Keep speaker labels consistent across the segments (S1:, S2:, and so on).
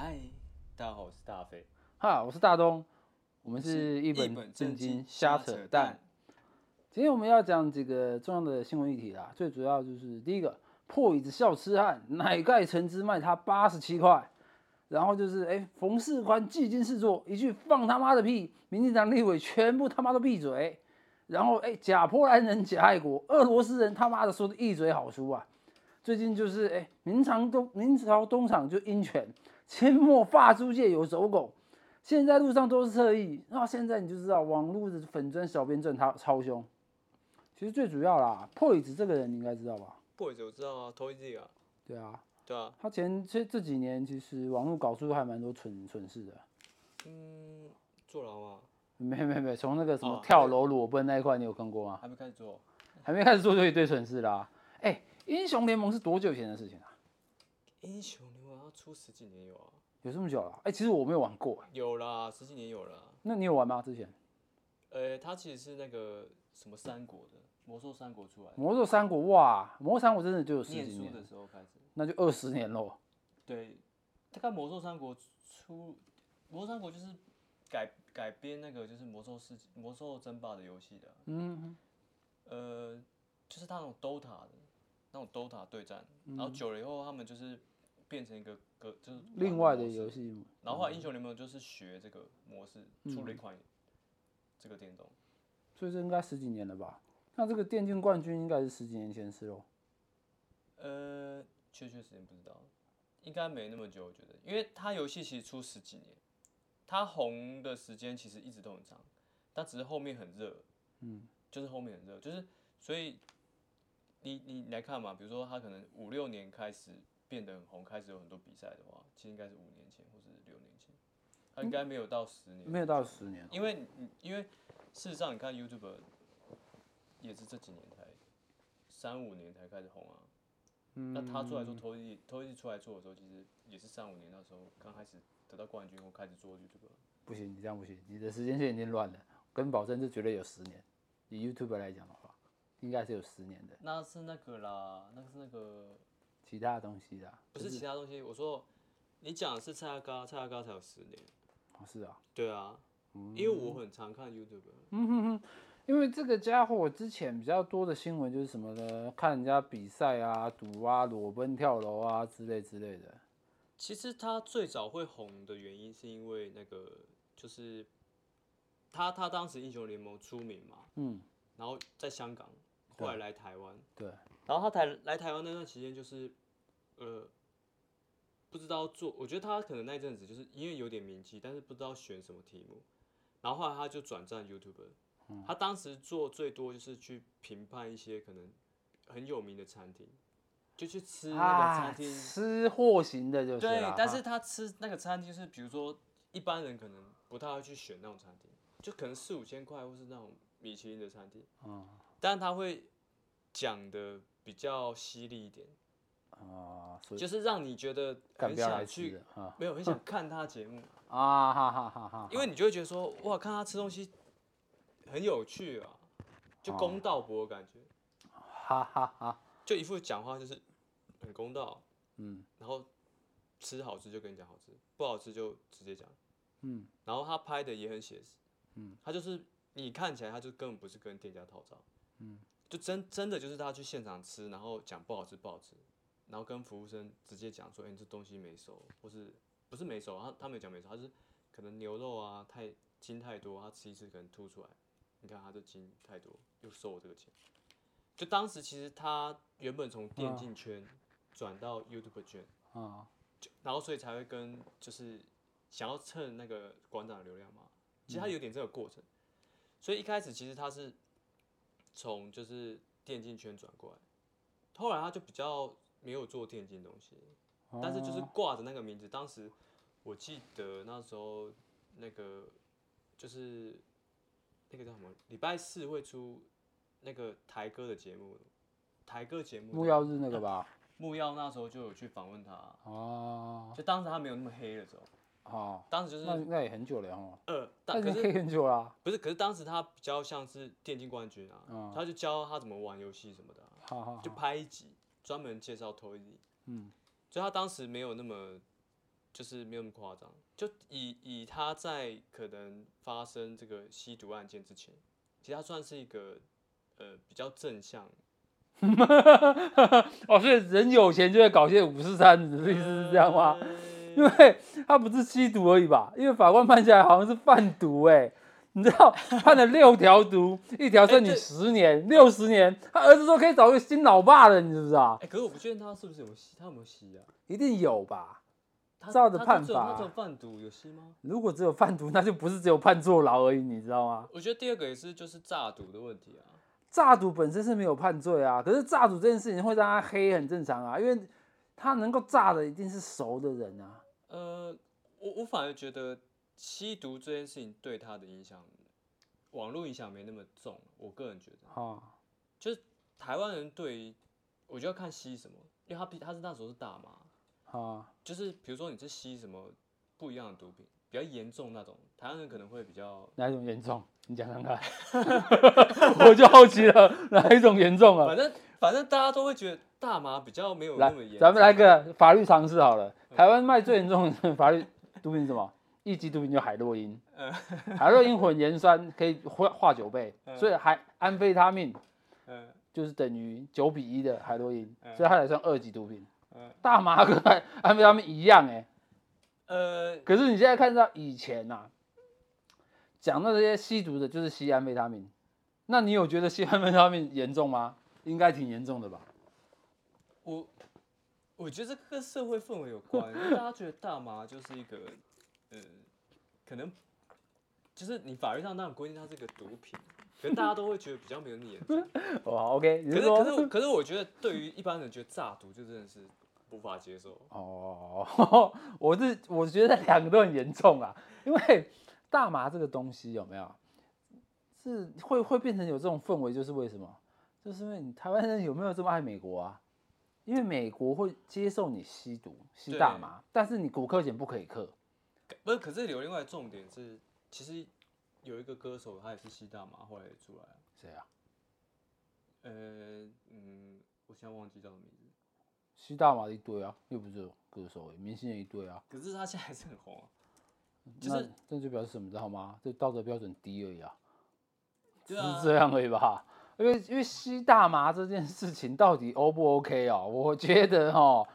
S1: 大家好，我是大飞。
S2: 哈，我是大东，我们是
S1: 是
S2: 一
S1: 一
S2: 本
S1: 本
S2: 正
S1: 正
S2: 经
S1: 经瞎
S2: 瞎扯
S1: 扯
S2: 淡
S1: 淡。
S2: 今天我们要讲几个重要的新闻议题啦，最主要就是第一个，破椅子笑痴汉，奶盖橙汁卖他八十七块。然后就是，哎，冯世宽技惊四座，一句放他妈的屁，民进党立委全部他妈都闭嘴。然后，哎，假波兰人假爱国，俄罗斯人他妈的说的一嘴好书啊。最近就是，哎，明朝东明朝东厂就鹰犬，清末发租界有走狗，现在路上都是侧翼，那现在你就知道网络的粉砖小编赚他超凶。其实最主要啦，破椅子这个人你应该知道吧？
S1: 不好意思，我知道啊，偷一个，
S2: 对啊，
S1: 对啊，
S2: 他前这这几年其实网络搞出还蛮多蠢蠢事的，
S1: 嗯，坐牢啊，
S2: 没没没，从那个什么
S1: 哦
S2: 跳楼裸奔那一块，你有看过吗？
S1: 还没开始做，
S2: 还没开始做就一堆蠢事啦。哎、英雄联盟是多久以前的事情啊？
S1: 英雄联盟要出十几年有啊，
S2: 有这么久了？哎、其实我没有玩过、哎
S1: 有啦，十几年有啦。
S2: 那你有玩吗？之前《
S1: 呃，它其实是那个什么三国的魔兽三国出来的，
S2: 魔兽三国》哇，《魔兽三国》真的就有十
S1: 念
S2: 几
S1: 书
S2: 年，
S1: 的时候开始。
S2: 那就二十年哦喽。
S1: 对，大概魔兽三国出，魔兽三国就是改改编那个就是魔兽世界魔兽争霸的游戏的啊，
S2: 嗯，
S1: 呃，就是他那种 DOTA 的那种 DOTA 对战，
S2: 嗯
S1: 然后久了以后他们就是变成一个个就是
S2: 另外
S1: 玩
S2: 的
S1: 模式
S2: 游戏嗯
S1: 然后后来英雄联盟就是学这个模式，出了一款这个电动。
S2: 所以这应该十几年了吧？那这个电竞冠军应该是十几年前的事喽。
S1: 呃，确确实实不知道，应该没那么久，我觉得，因为它游戏其实出十几年，它红的时间其实一直都很长，但只是后面很热，嗯，就是后面很热，就是所以你你你来看嘛，比如说它可能五六年开始变得很红，开始有很多比赛的话，其实应该是五年前或是六年前，它应该没有到十年，
S2: 没有到十年，
S1: 因为你你因为事实上你看 YouTube 也是这几年才三五年才开始红啊。那
S2: 嗯
S1: 他出来做投一投一出来做的时候，其实也是三五年那时候刚开始得到冠军后开始做 YouTube。
S2: 不行，你这样不行，你的时间线已经乱了。我跟你保证，这绝对有十年。以 YouTube 来讲的话，应该是有十年的。
S1: 那是那个啦，那个是那个
S2: 其他的东西啊啦，
S1: 不是其他东西。我说你讲的是蔡阿嘎，蔡阿嘎才有十年。
S2: 哦是啊，
S1: 对啊，因为我很常看 YouTube。
S2: 因为这个家伙之前比较多的新闻就是什么呢？看人家比赛啊、赌啊、裸奔、跳楼啊之类之类的。
S1: 其实他最早会红的原因是因为那个就是他他当时英雄联盟出名嘛，
S2: 嗯，
S1: 然后在香港，后来来台湾，
S2: 对，
S1: 然后他台来台湾那段期间就是呃不知道做，我觉得他可能那一阵子就是因为有点名气，但是不知道选什么题目，然后后来他就转战 YouTube，、他
S2: 嗯
S1: 当时做最多就是去评判一些可能很有名的餐厅，就去吃那个
S2: 啊，
S1: 餐厅。
S2: 吃货型的就是
S1: 对
S2: 啦，啊
S1: 但
S2: 哈
S1: 是他吃那个餐厅是，比如说一般人可能不太会去选那种餐厅，就可能四五千块或是那种米其林的餐厅，
S2: 嗯
S1: 但他会讲的比较犀利一点，
S2: 啊，所以
S1: 就是让你觉得
S2: 干
S1: 很
S2: 不要来
S1: 想
S2: 吃
S1: 去
S2: 的，啊
S1: 没有很想看他节目，
S2: 啊哈哈哈哈。
S1: 因为你就会觉得说哇，看他吃东西很有趣啊，就
S2: 哦
S1: 公道博的感觉，
S2: 哈哈哈，
S1: 就一副讲话就是很公道，
S2: 嗯，
S1: 然后吃好吃就跟你讲好吃，不好吃就直接讲。
S2: 嗯，
S1: 然后他拍的也很写实，嗯，他就是你看起来他就根本不是跟店家套招，嗯，就真真的就是他去现场吃，然后讲不好吃不好吃，然后跟服务生直接讲说，哎、你这东西没熟，或是不是没熟，他他没有讲没熟，他是可能牛肉啊太筋太多，他吃一次可能吐出来，你看他这筋太多，又收我这个钱。就当时其实他原本从电竞圈转到 YouTube 圈，
S2: 啊，
S1: 就然后所以才会跟就是想要蹭那个馆长的流量嘛。其实他有点这个过程，所以一开始其实他是从就是电竞圈转过来，后来他就比较没有做电竞东西，哦但是
S2: 哦
S1: 就是挂着那个名字。当时我记得那时候那个就是那个叫什么，礼拜四会出那个台哥的节目，台哥节目
S2: 木曜日那个吧？
S1: 木曜那时候就有去访问他，
S2: 哦，
S1: 就当时他没有那么黑的时候，
S2: 好，
S1: 当时就
S2: 那
S1: 是
S2: 那也很久了哦，
S1: 呃，但
S2: 那已
S1: 可
S2: 经
S1: 是
S2: 黑很久啊啦。
S1: 不是，可是当时他比较像是电竞冠军啊，
S2: 嗯
S1: 他就教他怎么玩游戏什么的啊、
S2: 好好，
S1: 就拍一集专门介绍 Toy 嗯，所以他当时没有那么就是没有那么夸张，就以以他在可能发生这个吸毒案件之前，其实他算是一个呃比较正向，
S2: 哦，所以人有钱就会搞些五四三，你的意思是这样吗？因
S1: 呃
S2: 为他不是吸毒而已吧？因为法官判下来好像是贩毒、哎，你知 道判了六条毒，一条
S1: 哎
S2: 剩你
S1: 这
S2: 十年，六十年，他儿子都可以找一个新老爸了，你知不知道
S1: 哎、？可是我不确定他是不是有吸，他有没有吸啊？
S2: 一定有吧？
S1: 他
S2: 照着
S1: 他
S2: 判
S1: 只有他
S2: 法
S1: 只有贩毒有吸吗？
S2: 如果只有贩毒，那就不是只有判坐牢而已，你知道吗？
S1: 我觉得第二个也是就是诈赌的问题啊。
S2: 诈赌本身是没有判罪啊，可是诈赌这件事情会让他黑很正常啊，因为他能够诈的一定是熟的人啊。
S1: 呃，我我反而觉得吸毒这件事情对他的影响，网络影响没那么重。我个人觉得，
S2: 哦，
S1: 就是台湾人对于，我就要看吸什么，因为他毕他是那时候是大麻，
S2: 好，
S1: 就是比如说你是吸什么不一样的毒品，比较严重那种，台湾人可能会比较，
S2: 哪一种严重？你讲看 看，我就好奇了，哪一种严重啊
S1: 反？正反正大家都会觉得大麻比较没有
S2: 来
S1: 那么严，重。啊
S2: 咱们来个法律常识好了。台湾卖最严重的法律毒品是什么？ 一级毒品就海洛因，
S1: 呃
S2: 海洛因混盐酸可以化化九倍，所以还安非他命
S1: 嗯，
S2: 就是等于九比一的海洛因，
S1: 嗯
S2: 所以它才算二级毒品
S1: 嗯。
S2: 大麻跟安安非他命一样哎、
S1: 呃，
S2: 可是你现在看到以前呐、啊讲到这些吸毒的，就是吸安非他命。那你有觉得吸安非他命严重吗？应该挺严重的吧？
S1: 我我觉得这个跟社会氛围有关，因为大家觉得大麻就是一个，呃，可能就是你法律上当然规定它是个毒品，可是大家都会觉得比较没有那么 严重。
S2: 哦，OK，你
S1: 可是
S2: 说
S1: 可是我可是我觉得对于一般人觉得诈毒就真的是无法接受。
S2: 哦， 我是我觉得两个都很严重啊，因为大麻这个东西有没有是会会变成有这种氛围，就是为什么？就是因为你台湾人有没有这么爱美国啊？因为美国会接受你吸毒、吸大
S1: 对
S2: 麻，但是你骨科检不可以克。
S1: 不是，可是有另外的重点是，其实有一个歌手他也是吸大麻，后来也出来了，
S2: 谁啊？
S1: 呃嗯，我现在忘记叫什么名字，
S2: 吸大麻的一堆啊，又不是有歌手、明星也一堆啊。
S1: 可是他现在还是很红啊。就
S2: 那
S1: 是
S2: 这就表示什么，知道吗？这道德标准低而已啊，
S1: 对啊
S2: 是这样而已吧？因为因为吸大麻这件事情到底 O 不 OK 哦？我觉得哦，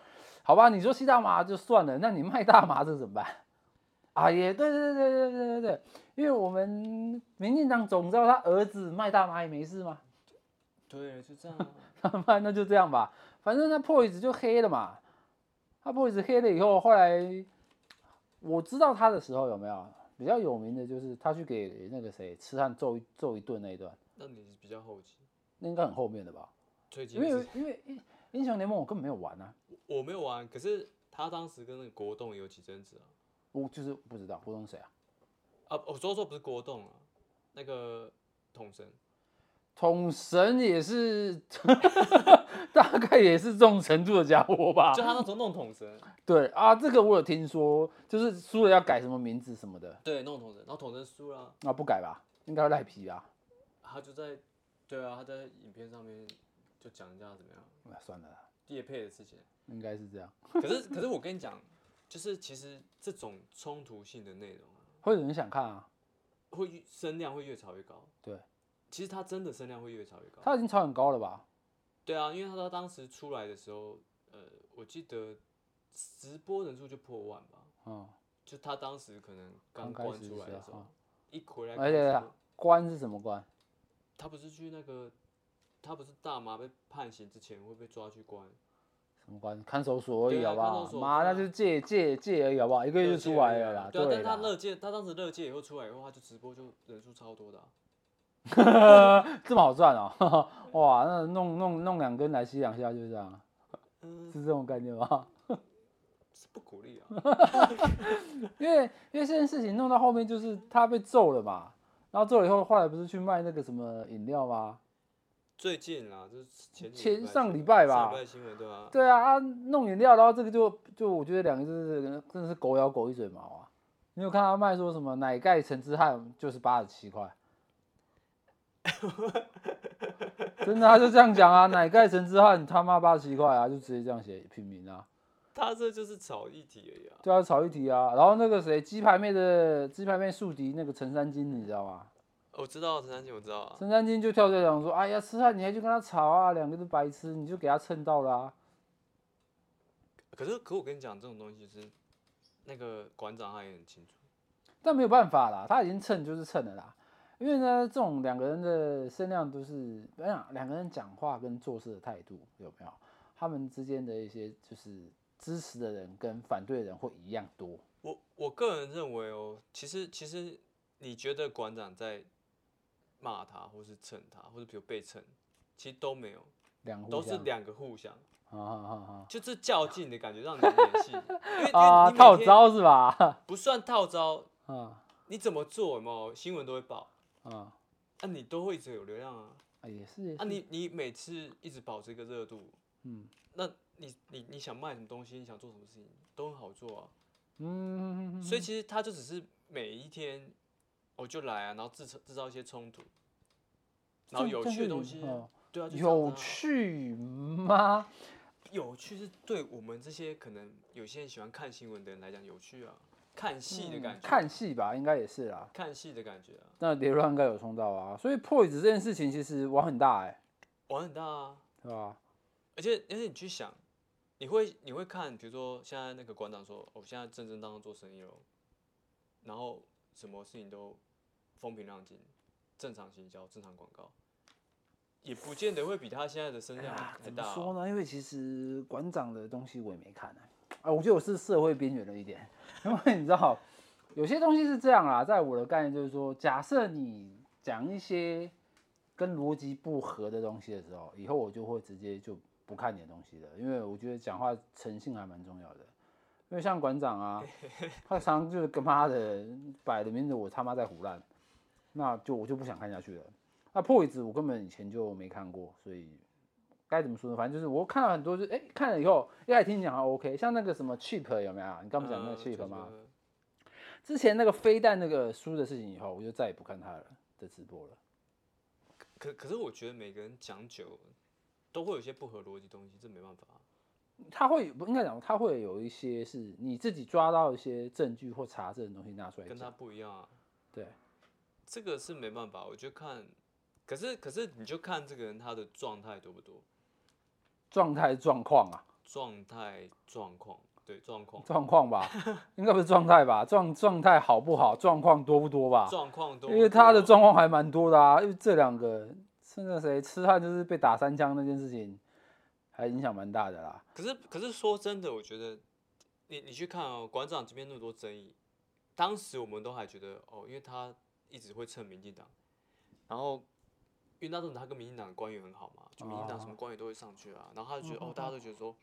S2: 好吧，你说吸大麻就算了，那你卖大麻这怎么办？啊，也对对对对对对对，因为我们民进党总知道他儿子卖大麻也没事嘛，
S1: 对，就这样、啊。
S2: 那那就这样吧，反正那 Poise 就黑了嘛。他 Poise 黑了以后，后来我知道他的时候有没有比较有名的，就是他去给那个谁痴汉揍一揍一顿那一段，
S1: 那你是比较后期，
S2: 那应该很后面的吧？
S1: 最近
S2: 因为
S1: 是
S2: 因为英英雄联盟我根本没有玩啊，
S1: 我没有玩，可是他当时跟那个国栋有起争执啊。
S2: 我就是不知道不懂谁啊。
S1: 啊，我说错不是国栋啊，那个统神。
S2: 统神也是， 大概也是这种程度的家伙吧
S1: 就。他那时候弄统神，
S2: 对啊，这个我有听说，就是输了要改什么名字什么的，
S1: 对，弄统神，然后统神输了，
S2: 那、不改吧，应该会赖皮吧。
S1: 他就在，对啊，他在影片上面就讲人家怎么样
S2: 那、哎算了啦，
S1: 叶配的事情。
S2: 应该是这样。
S1: 可是可是我跟你讲，就是其实这种冲突性的内容啊，
S2: 会有人想看啊，
S1: 会越声量会越炒越高。
S2: 对，
S1: 其实他真的声量会越炒越高。
S2: 他已经炒很高了吧？
S1: 对啊，因为他他当时出来的时候，呃，我记得直播人数就破万吧，
S2: 嗯，
S1: 就他当时可能
S2: 刚
S1: 刚
S2: 开
S1: 关
S2: 始
S1: 出来
S2: 是
S1: 的
S2: 啊
S1: 时候，一回来
S2: 而
S1: 开直播，
S2: 且关是什么关？
S1: 他不是去那个，他不是大麻被判刑之前会被抓去关，
S2: 什么关？看守所而已，
S1: 对啊
S2: 好不
S1: 看守
S2: 好？
S1: 所
S2: 妈，
S1: 对啊
S2: 那就借借借而已，好不好？一个月就
S1: 乐
S2: 出
S1: 界
S2: 来
S1: 而已
S2: 了
S1: 啊
S2: 啦。
S1: 对啊，但
S2: 对
S1: 是他
S2: 啦，
S1: 乐界，他当时乐界以后出来以后，他就直播就人数超多的啊、
S2: 这么好赚哦！ 哇，那弄弄弄两根来吸两下就这样，
S1: 嗯，
S2: 是这种概念吗？
S1: 是不鼓励啊。
S2: 因为因为这件事情弄到后面就是他被揍了嘛，然后揍了以后，后来不是去卖那个什么饮料吗？
S1: 最近啦，就是前几
S2: 前
S1: 礼拜
S2: 上
S1: 新
S2: 礼拜
S1: 上
S2: 吧
S1: 礼拜新闻对吧？
S2: 对啊，啊弄饮料，然后这个就就我觉得两个就是真的是狗咬狗一嘴毛啊！你有看他卖说什么奶盖橙汁汉就是八十七块， 真的、啊、他就这样讲啊，奶盖橙汁汉他妈八十七块啊，就直接这样写品名啊。
S1: 他这就是炒议题而已啊。
S2: 对啊，炒一题啊。然后那个谁，鸡排妹的鸡排妹宿敌那个陈三金，你知道吗？
S1: 哦我知道陈三金，我知道啊。
S2: 陈三金就跳出来讲说：“哎呀，痴汉，你还去跟他吵啊？两个都白痴，你就给他蹭到啦、
S1: 可是，可我跟你讲，这种东西就是那个馆长他也很清楚。
S2: 但没有办法啦，他已经蹭就是蹭了啦。因为呢，这种两个人的声量都是，哎呀，两个人讲话跟做事的态度有没有？他们之间的一些就是支持的人跟反对的人会一样多。
S1: 我我个人认为哦，其实其实你觉得馆长在骂他，或是蹭他，或者比如被蹭，其实都没有，
S2: 两互
S1: 都是
S2: 相
S1: 两个互相，
S2: 啊啊
S1: 就是较劲的感觉，让你演 戏，因为
S2: 啊
S1: 因
S2: 啊！
S1: 为你
S2: 套
S1: 每天
S2: 招是吧？
S1: 不算套招，
S2: 啊
S1: 你怎么做有没有新闻都会报，
S2: 啊，
S1: 啊你都会一直有流量啊，
S2: 啊也是也
S1: 啊
S2: 是，
S1: 你你每次一直保持一个热度，
S2: 嗯
S1: 那你你你想卖什么东西，你想做什么事情都很好做啊，
S2: 嗯，
S1: 所以其实他就只是每一天我就来啊，然后制造制造一些冲突，然后
S2: 这
S1: 有
S2: 这
S1: 趣的
S2: 是
S1: 东
S2: 你
S1: 西，
S2: 哦
S1: 对啊，就这样子
S2: 有
S1: 啊
S2: 趣吗？
S1: 有趣是对我们这些可能有些人喜欢看新闻的人来讲有趣啊，看戏的感觉，
S2: 嗯看戏吧，应该也是啦。
S1: 看戏的感觉啊，
S2: 那流量应该有冲到啊，所以破椅子这件事情其实玩很大哎、
S1: 玩很大啊，
S2: 对吧？
S1: 而且而且你去想，你会你会看，比如说现在那个馆长说，我、现在正正当当做生意喽，然后什么事情都风平浪静，正常行销，正常广告，也不见得会比他现在的声量
S2: 啊，
S1: 还
S2: 怎
S1: 大、
S2: 么
S1: 哦。
S2: 说呢？因为其实馆长的东西我也没看啊，啊，我觉得我是社会边缘了一点， 因为你知道，有些东西是这样啦，在我的概念就是说，假设你讲一些跟逻辑不合的东西的时候，以后我就会直接就不看你的东西了，因为我觉得讲话诚信还蛮重要的。因为像馆 长啊，他常常就是跟妈的摆的名字我他妈在胡乱，那就我就不想看下去了。那破椅子我根本以前就没看过，所以该怎么说呢？反正就是我看了很多，就是哎、看了以后，一开始听你讲还 OK，像那个什么 cheap 有没啊有？你刚不讲那个
S1: 呃
S2: cheap
S1: 就
S2: 吗？
S1: 是
S2: 之前那个飞弹那个输的事情以后，我就再也不看他了的直播了。
S1: 可可是我觉得每个人讲久，都会有一些不合逻辑东西，这没办法啊、
S2: 他会不应该讲，他会有一些是你自己抓到一些证据或查证的东西拿出来
S1: 跟
S2: 讲。
S1: 他不一样啊。
S2: 对，
S1: 这个是没办法，我就看。可是可是你就看这个人他的状态多不多，
S2: 状态状况啊，
S1: 状态状况，对状况，
S2: 状 况吧，应该不是状态吧？状状态好不好？状况多不多吧？
S1: 状况多不多，
S2: 因为他的状况还蛮多的啊，因为这两个是那谁痴汉就是被打三枪那件事情，还影响蛮大的啦。
S1: 可是可是说真的，我觉得你你去看哦，馆长这边那么多争议，当时我们都还觉得哦，因为他一直会蹭民进党，然后因为那时候他跟民进党的官员很好嘛，就民进党什么官员都会上去啊，然后他就觉得哦，大家都觉得说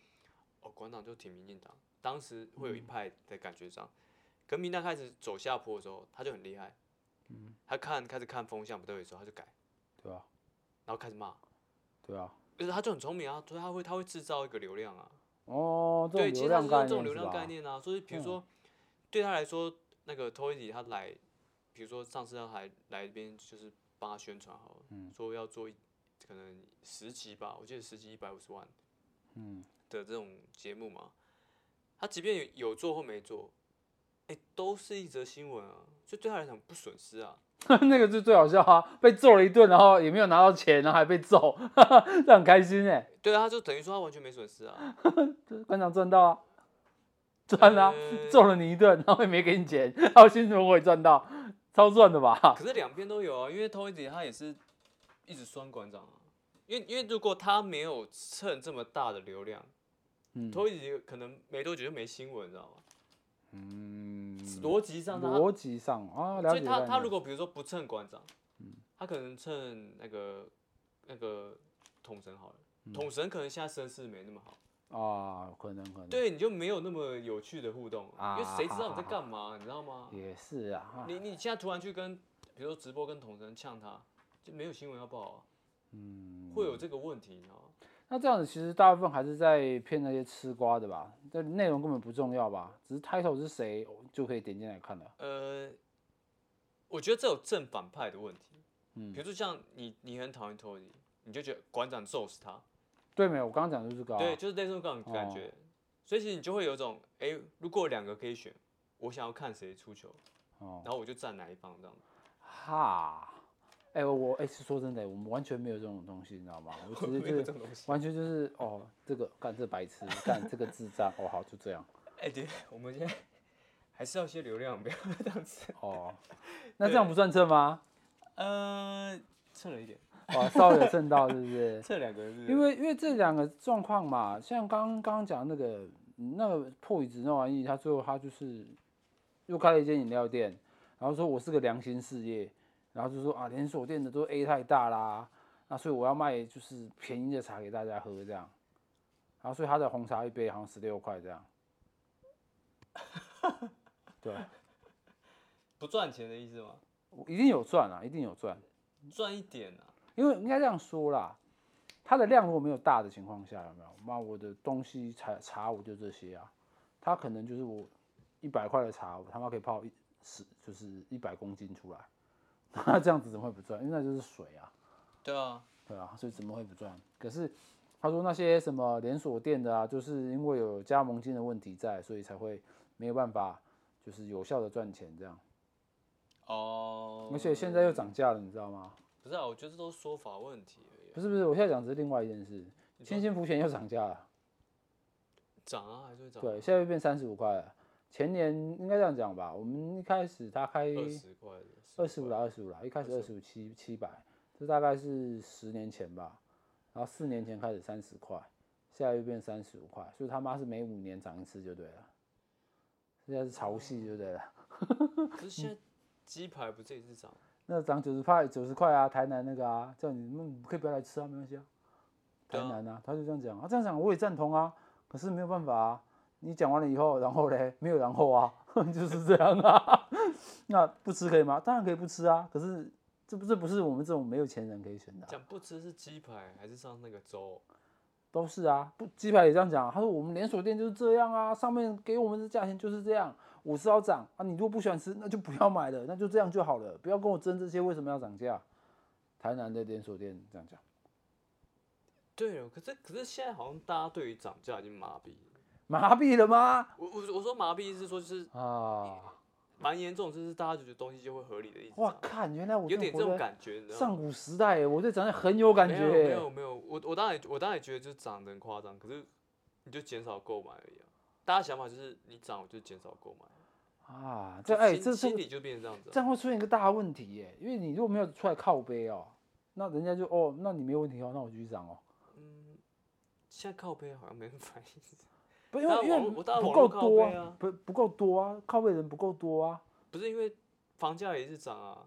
S1: 哦，馆长就挺民进党，当时会有一派的感觉上，可民进党开始走下坡的时候，他就很厉害，他看开始看风向不对的时候，他就改，
S2: 对啊，
S1: 然后开始骂，
S2: 对啊。
S1: 可是他就很聪明啊，所以他会他会制造一个流量啊。
S2: 哦，这
S1: 对，
S2: 种
S1: 其
S2: 流
S1: 实它是用
S2: 量概念
S1: 这种
S2: 是
S1: 流量
S2: 吧嗯
S1: 概念啊，所以比如说、对他来说，那个 Toy 他来，比如说上次他还来这边就是帮他宣传好了，
S2: 嗯
S1: 说要做一可能十集吧，我记得十集一百五十万，
S2: 嗯，
S1: 的这种节目嘛，他即便有有做或没做，哎、都是一则新闻啊，所以对他来讲不损失啊，
S2: 那个就最好笑啊！被揍了一顿，然后也没有拿到钱，然后还被揍， 这很开心哎、
S1: 对啊，他就等于说他完全没损失 啊，
S2: 这馆长赚到啊，赚啊！
S1: 呃
S2: 揍了你一顿，然后也没给你钱，然后新闻我也赚到，超赚的吧？
S1: 可是两边都有啊，因为 Toy 姐他也是一直酸馆长啊，因为因为如果他没有蹭这么大的流量
S2: 嗯
S1: ，Toy 姐可能没多久就没新闻，你知道吗？
S2: 嗯，
S1: 逻辑上他，
S2: 逻辑上啊，了
S1: 所以
S2: 解概
S1: 他
S2: 念。嗯
S1: 他如果比如说不蹭馆长，他可能蹭那个那个统神好了，
S2: 嗯
S1: 统神可能现在声势没那么好，
S2: 啊，可能可能，
S1: 对，你就没有那么有趣的互动，啊
S2: 啊
S1: 因为谁知道你在干嘛，你知道吗？
S2: 也是啊，啊
S1: 你你现在突然去跟，比如说直播跟统神呛他，就没有新闻要报啊。
S2: 嗯，
S1: 会有这个问题，你知道吗？
S2: 那这样子其实大部分还是在骗那些吃瓜的吧，这内容根本不重要吧，只是 title 是谁就可以点进来看了。
S1: 呃，我觉得这有正反派的问题。
S2: 嗯
S1: 比如说像你，你很讨厌 Tony，你就觉得馆长揍死他，
S2: 对没有？我刚刚讲的就是这个、啊，
S1: 对，就是类似这种感觉。所以其实你就会有种，哎、如果两个可以选，我想要看谁出球，
S2: 哦
S1: 然后我就站哪一方这样。
S2: 哈，哎、我哎、说真的、我们完全没有这种东西，你知道吗？我 直
S1: 没有
S2: 接
S1: 这
S2: 就
S1: 种
S2: 是
S1: 东西
S2: 完全就是哦，这个干这白痴，干这个智障， 哦好就这样
S1: 哎、对，我们现在还是要些流量，不要这样子。
S2: 哦，那这样不算蹭吗？
S1: 呃，蹭了一点，？
S2: 哦，稍微有蹭到是不 是
S1: 蹭两个是
S2: 因为因为这两个状况嘛，像刚刚讲那个嗯那个破椅子那玩意，他最后他就是又开了一间饮料店，然后说我是个良心事业，然后就说啊连锁店的都 A 太大啦，那所以我要卖就是便宜的茶给大家喝这样，然后所以他的红茶一杯好像十六块这样，对，
S1: 不赚钱的意思吗？
S2: 我一定有赚啊，一定有赚。
S1: 赚一点啊，
S2: 因为应该这样说啦，它的量如果没有大的情况下，有没有？那我的东西茶茶我就这些啊，它可能就是我一百块的茶，我他妈可以泡一十就是一百公斤出来， 那这样子怎么会不赚？因为那就是水啊，
S1: 对啊，
S2: 对啊，所以怎么会不赚？可是他说那些什么连锁店的啊，就是因为有加盟金的问题在，所以才会没有办法就是有效的赚钱这样，
S1: 哦，
S2: 而且现在又涨价了，你知道吗？
S1: 不是啊，我觉得这都是说法问题而已啊，
S2: 不是不是，我现在讲的是另外一件事，
S1: 你说
S2: 千金浮潜又涨价了。
S1: 涨啊还是会涨，
S2: 对，现在变三十五块了。前年应该这样讲吧，我们一开始它开
S1: 二十块的，
S2: 二十五啦，二十五啦，一开始二十五七七百，这大概是十年前吧。然后四年前开始三十块，现在又变三十五块，所以他妈是每五年涨一次就对了。现在是潮汐就对了，
S1: 可是现在鸡排不是也是涨？
S2: 那涨九十块九十块啊，台南那个啊，叫你们可以不要来吃啊，没关系啊。台
S1: 对啊
S2: 南啊，他就这样讲，他、这样讲我也赞同啊，可是没有办法啊，你讲完了以后，然后嘞，没有然后啊， 就是这样啊。 那不吃可以吗？当然可以不吃啊，可是这不这不是我们这种没有钱人可以选的啊、
S1: 讲不吃是鸡排还是上那个粥？
S2: 都是啊，不鸡排也这样讲啊、他说我们连锁店就是这样啊，上面给我们的价钱就是这样，五十要涨啊，你如果不喜欢吃，那就不要买了，那就这样就好了，不要跟我争这些为什么要涨价。台南的连锁店这样讲，
S1: 对哦，可是可是现在好像大家对于涨价已经麻痹了。
S2: 麻痹了吗？
S1: 我我我说麻痹是说就是
S2: 啊，
S1: 蛮严重，就是大家就觉得东西就会合理的一直
S2: 哇
S1: 涨，
S2: 看，原来我
S1: 有点这种
S2: 觉。
S1: 感觉，你知道吗？
S2: 上古时代耶，我对长相很有感觉
S1: 没有没
S2: 耶。
S1: 有没有，我我当然我当然觉得就是涨得很夸张，可是你就减少购买而已啊。大家想法就是你涨我就减少购买，
S2: 啊，
S1: 就
S2: 这哎、
S1: 心
S2: 这这
S1: 心
S2: 个
S1: 理就变成这样子啊、
S2: 这样会出现一个大问题耶，因为你如果没有出来靠背哦，那人家就哦，那你没有问题哦，那我继续涨哦。
S1: 嗯，现在靠背好像没人反应，
S2: 不，因为
S1: 当然
S2: 因为
S1: 网络
S2: 不
S1: 我当然
S2: 不
S1: 网
S2: 够
S1: 络靠
S2: 多
S1: 背啊
S2: 不不够多啊，靠背人不够多啊。
S1: 不是因为房价也是涨啊。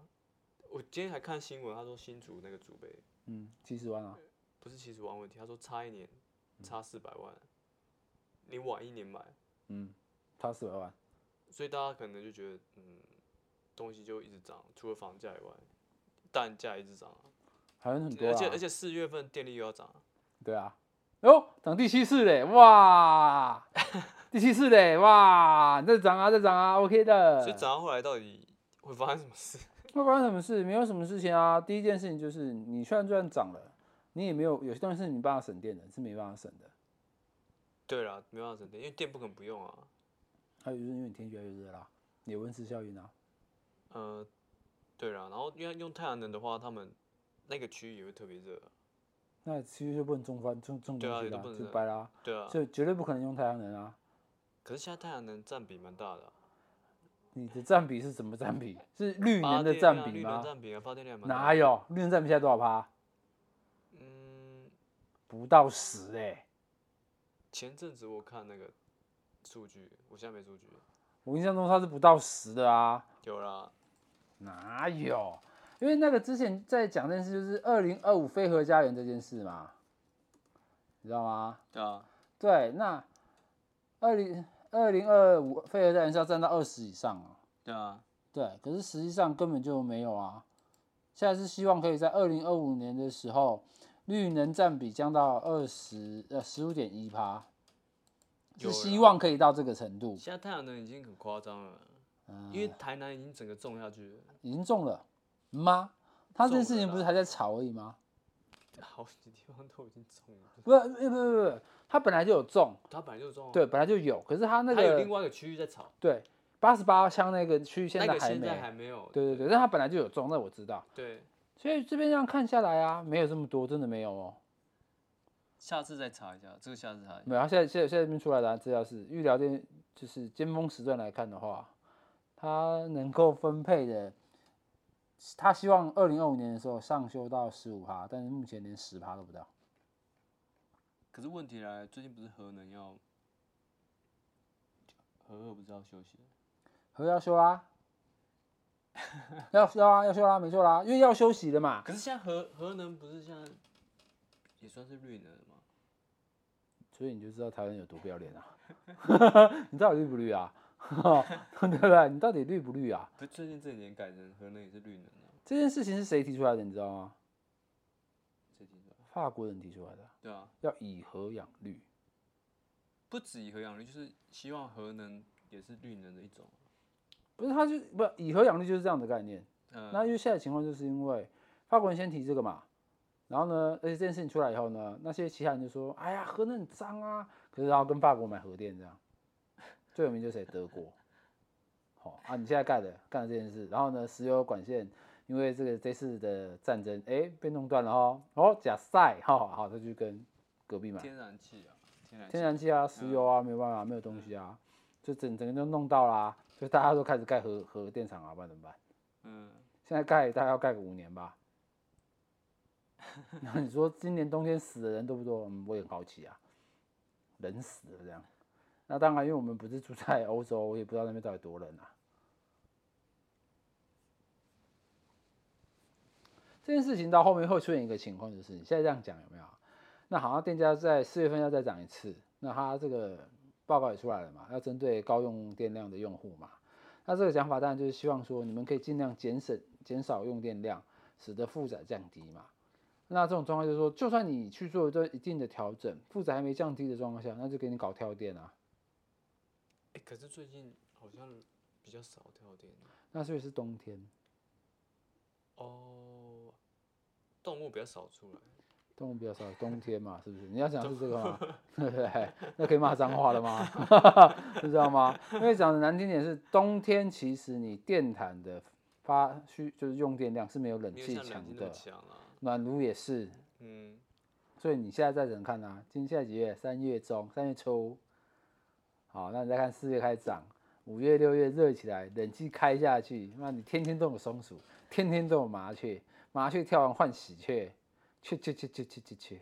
S1: 我今天还看新闻，他说新竹那个竹北
S2: 嗯，七十万啊，
S1: 不是七十万问题，他说差一年差四百万，你晚一年买，
S2: 嗯，差四百万。
S1: 所以大家可能就觉得嗯，东西就一直涨，除了房价以外，蛋价一直涨啊、
S2: 好像很多、啊，
S1: 而且而且四月份电力又要涨啊，
S2: 对啊，哦，涨第七次嘞，哇，第七次嘞，哇，再涨啊，再涨啊，OK 的。
S1: 所以涨到后来到底会发生什么事？
S2: 会发生什么事？没有什么事情啊。第一件事情就是，你虽然虽然涨了，你也没有有些东西是你没办法省电的，是没办法省的。
S1: 对啦，没办法省电，因为电不可能不用啊。
S2: 还有就是因为你天越来越热啦，你有温室效应啊。
S1: 呃，对啦，然后因为用太阳能的话，他们那个区域也会特别热啊、
S2: 那其实就不能种番种种
S1: 对啊
S2: 东西
S1: 也都
S2: 啦
S1: 不，能
S2: 就
S1: 种
S2: 掰啦，
S1: 对啊，
S2: 所以绝对不可能用太阳能啊。
S1: 可是现在太阳能占比蛮大的啊、
S2: 你的占比是怎么 占比？是绿
S1: 发
S2: 能的
S1: 电
S2: 占
S1: 量
S2: 比
S1: 绿能
S2: 吗？
S1: 占比啊，发电量也蛮大
S2: 哪
S1: 的？
S2: 有绿能占比现在多少趴？
S1: 嗯，
S2: 不到十哎、
S1: 前阵子我看那个数据，我现在没数据，
S2: 我印象中它是不到十的啊。
S1: 有啦，
S2: 哪有？因为那个之前在讲这件事，就是二零二五飞核家园这件事嘛，你知道吗？
S1: 对啊，
S2: 对，那二零二零二五飞核家园是要占到二十以上啊。
S1: 对啊，
S2: 对，可是实际上根本就没有啊。现在是希望可以在二零二五年的时候，绿能占比降到二十呃十五点一趴，
S1: 有
S2: 是
S1: 啦
S2: 希望可以到这个程度。
S1: 现在太阳能已经很夸张了，
S2: 嗯
S1: 因为台南已经整个种下去了。
S2: 已经中了吗？他这件
S1: 中
S2: 事
S1: 了
S2: 情不是
S1: 啦
S2: 还在吵而已吗？
S1: 好几地方都已经中了，
S2: 不是，不不不不，他本来就有中，
S1: 他本来就中、啊，
S2: 对，本来就有，可是他那
S1: 他有另
S2: 个
S1: 外一个区域在炒，
S2: 对八十八枪那个区现
S1: 那
S2: 在
S1: 个
S2: 还
S1: 现
S2: 没，
S1: 在还没有，
S2: 对对对，但他本来就有中，那我知道，
S1: 对，
S2: 所以这边这样看下来啊，没有这么多，真的没有哦，
S1: 下次再查一下，这个下次查一下，
S2: 没有，他现在现在现在这边出来的资料是预料电，就是尖峰时段来看的话，他能够分配的，他希望二零二五年的时候上修到十五趴，但是目前连十趴都不到。
S1: 可是问题来了，最近不是核能要，核二不是要休息了，
S2: 何要休啦、要要啊，要休啦、没错啦，因为要休息的嘛。
S1: 可是现在核核能不是现在也算是绿能了吗？
S2: 所以你就知道台湾有多不要脸啊！ 你到底绿不绿啊？对不对？你到底绿不绿啊？
S1: 不是最近这几年改成核能也是绿能啊，
S2: 这件事情是谁提出来的？你知道吗？
S1: 这几年，
S2: 法国人提出来的，
S1: 对啊，
S2: 要以核养绿。
S1: 不止以核养绿，就是希望核能也是绿能的一种，
S2: 不是，他就不以核养绿就是这样的概念。那
S1: 呃，
S2: 因为现在的情况就是因为法国人先提这个嘛，然后呢，而且这件事情出来以后呢，那些其他人就说：“哎呀，核能很脏啊！”可是然后跟法国买核电这样， 最有名就是谁？德国。好、啊，你现在干的干了这件事，然后呢，石油管线因为这个这次的战争，哎，被弄断了哦。哦，假赛，哈、好，他就跟隔壁买
S1: 天然气啊，天然气
S2: 天然气啊、石油啊，没有办法，没有东西啊，就整整个就弄到啦、就大家都开始盖核核电厂啊，不然怎么办？
S1: 嗯，
S2: 现在盖大概要盖个五年吧。 那你说今年冬天死的人多不多？嗯，我也很好奇啊，冷死了这样。那当然，因为我们不是住在欧洲，我也不知道那边到底多冷啊。这件事情到后面会出现一个情况，就是你现在这样讲有没有？那好像电价在四月份要再涨一次，那它这个报告也出来了嘛，要针对高用电量的用户嘛。那这个讲法当然就是希望说，你们可以尽量减省、减少用电量，使得负载降低嘛。那这种状况就是说，就算你去做这一定的调整，负载还没降低的状况下，那就给你搞跳电啊。
S1: 哎、可是最近好像比较少跳电了
S2: 那所以是冬天，
S1: 哦，动物比较少出来，
S2: 动物比较少，冬天嘛，是不是？你要讲的是这个嘛，对不对？那可以骂脏话了吗？ 你知道吗？因为讲的难听点是，冬天其实你电毯的发需就是用电量是没有冷
S1: 没有
S2: 气
S1: 像
S2: 强
S1: 冷气那么
S2: 的，
S1: 强啊。
S2: 暖炉也是，
S1: 嗯，
S2: 所以你现在再怎么看啊？今天现在几月？三月中，三月初。好，那你再看四月开始涨，五月、六月热起来，冷气开下去，那你天天都有松鼠，天天都有麻雀，麻雀跳完换喜鹊，雀雀雀雀雀雀雀。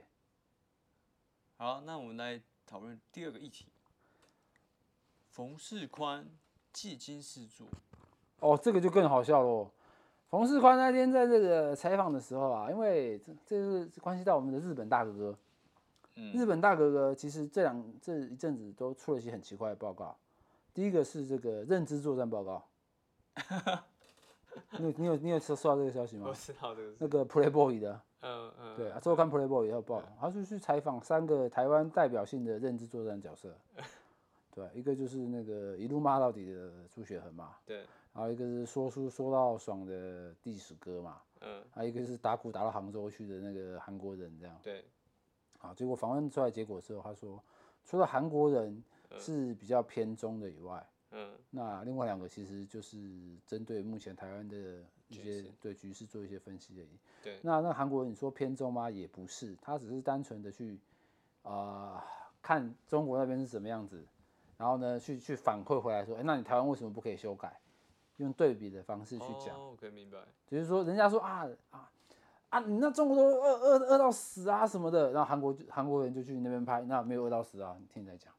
S1: 好，那我们来讨论第二个议题。冯世宽技惊四座，
S2: 哦，这个就更好笑喽。冯世宽那天在这个采访的时候啊，因为这这是关系到我们的日本大哥哥，日
S1: 嗯，
S2: 本大哥哥其实这两这一阵子都出了一些很奇怪的报告。第一个是这个认知作战报 告，你有你有你有收收到这个消息吗
S1: 哦我？知道这个是，
S2: 那个 Playboy 的，
S1: 嗯嗯，
S2: 对，啊周刊 Playboy 也有报，他就去采访三个台湾代表性的认知作战角 色，对，一个就是那个一路骂到底的朱雪恒嘛，
S1: 对，
S2: 然后一个是说书说到爽的历史哥嘛，
S1: 嗯
S2: 还有一个是打鼓打到杭州去的那个韩国人这样。
S1: 对，
S2: 啊，结果访问出来结果之后，他说除了韩国人
S1: 呃
S2: 是比较偏中的以外，
S1: 嗯
S2: 那另外两个其实就是针对目前台湾的一
S1: 局
S2: 些
S1: 势
S2: 对局势做一些分析而已。
S1: 对，
S2: 那那韩国人你说偏中吗？也不是，他只是单纯的去啊、呃看中国那边是什么样子，然后呢去去反馈回来说，哎、那你台湾为什么不可以修改？用对比的方式去讲。
S1: 哦，可以明白，
S2: 只是说人家说啊啊啊，你那中国都饿饿饿到死啊什么的，然后韩国就韩国人就去你那边拍，那没有饿到死啊，你听你在讲，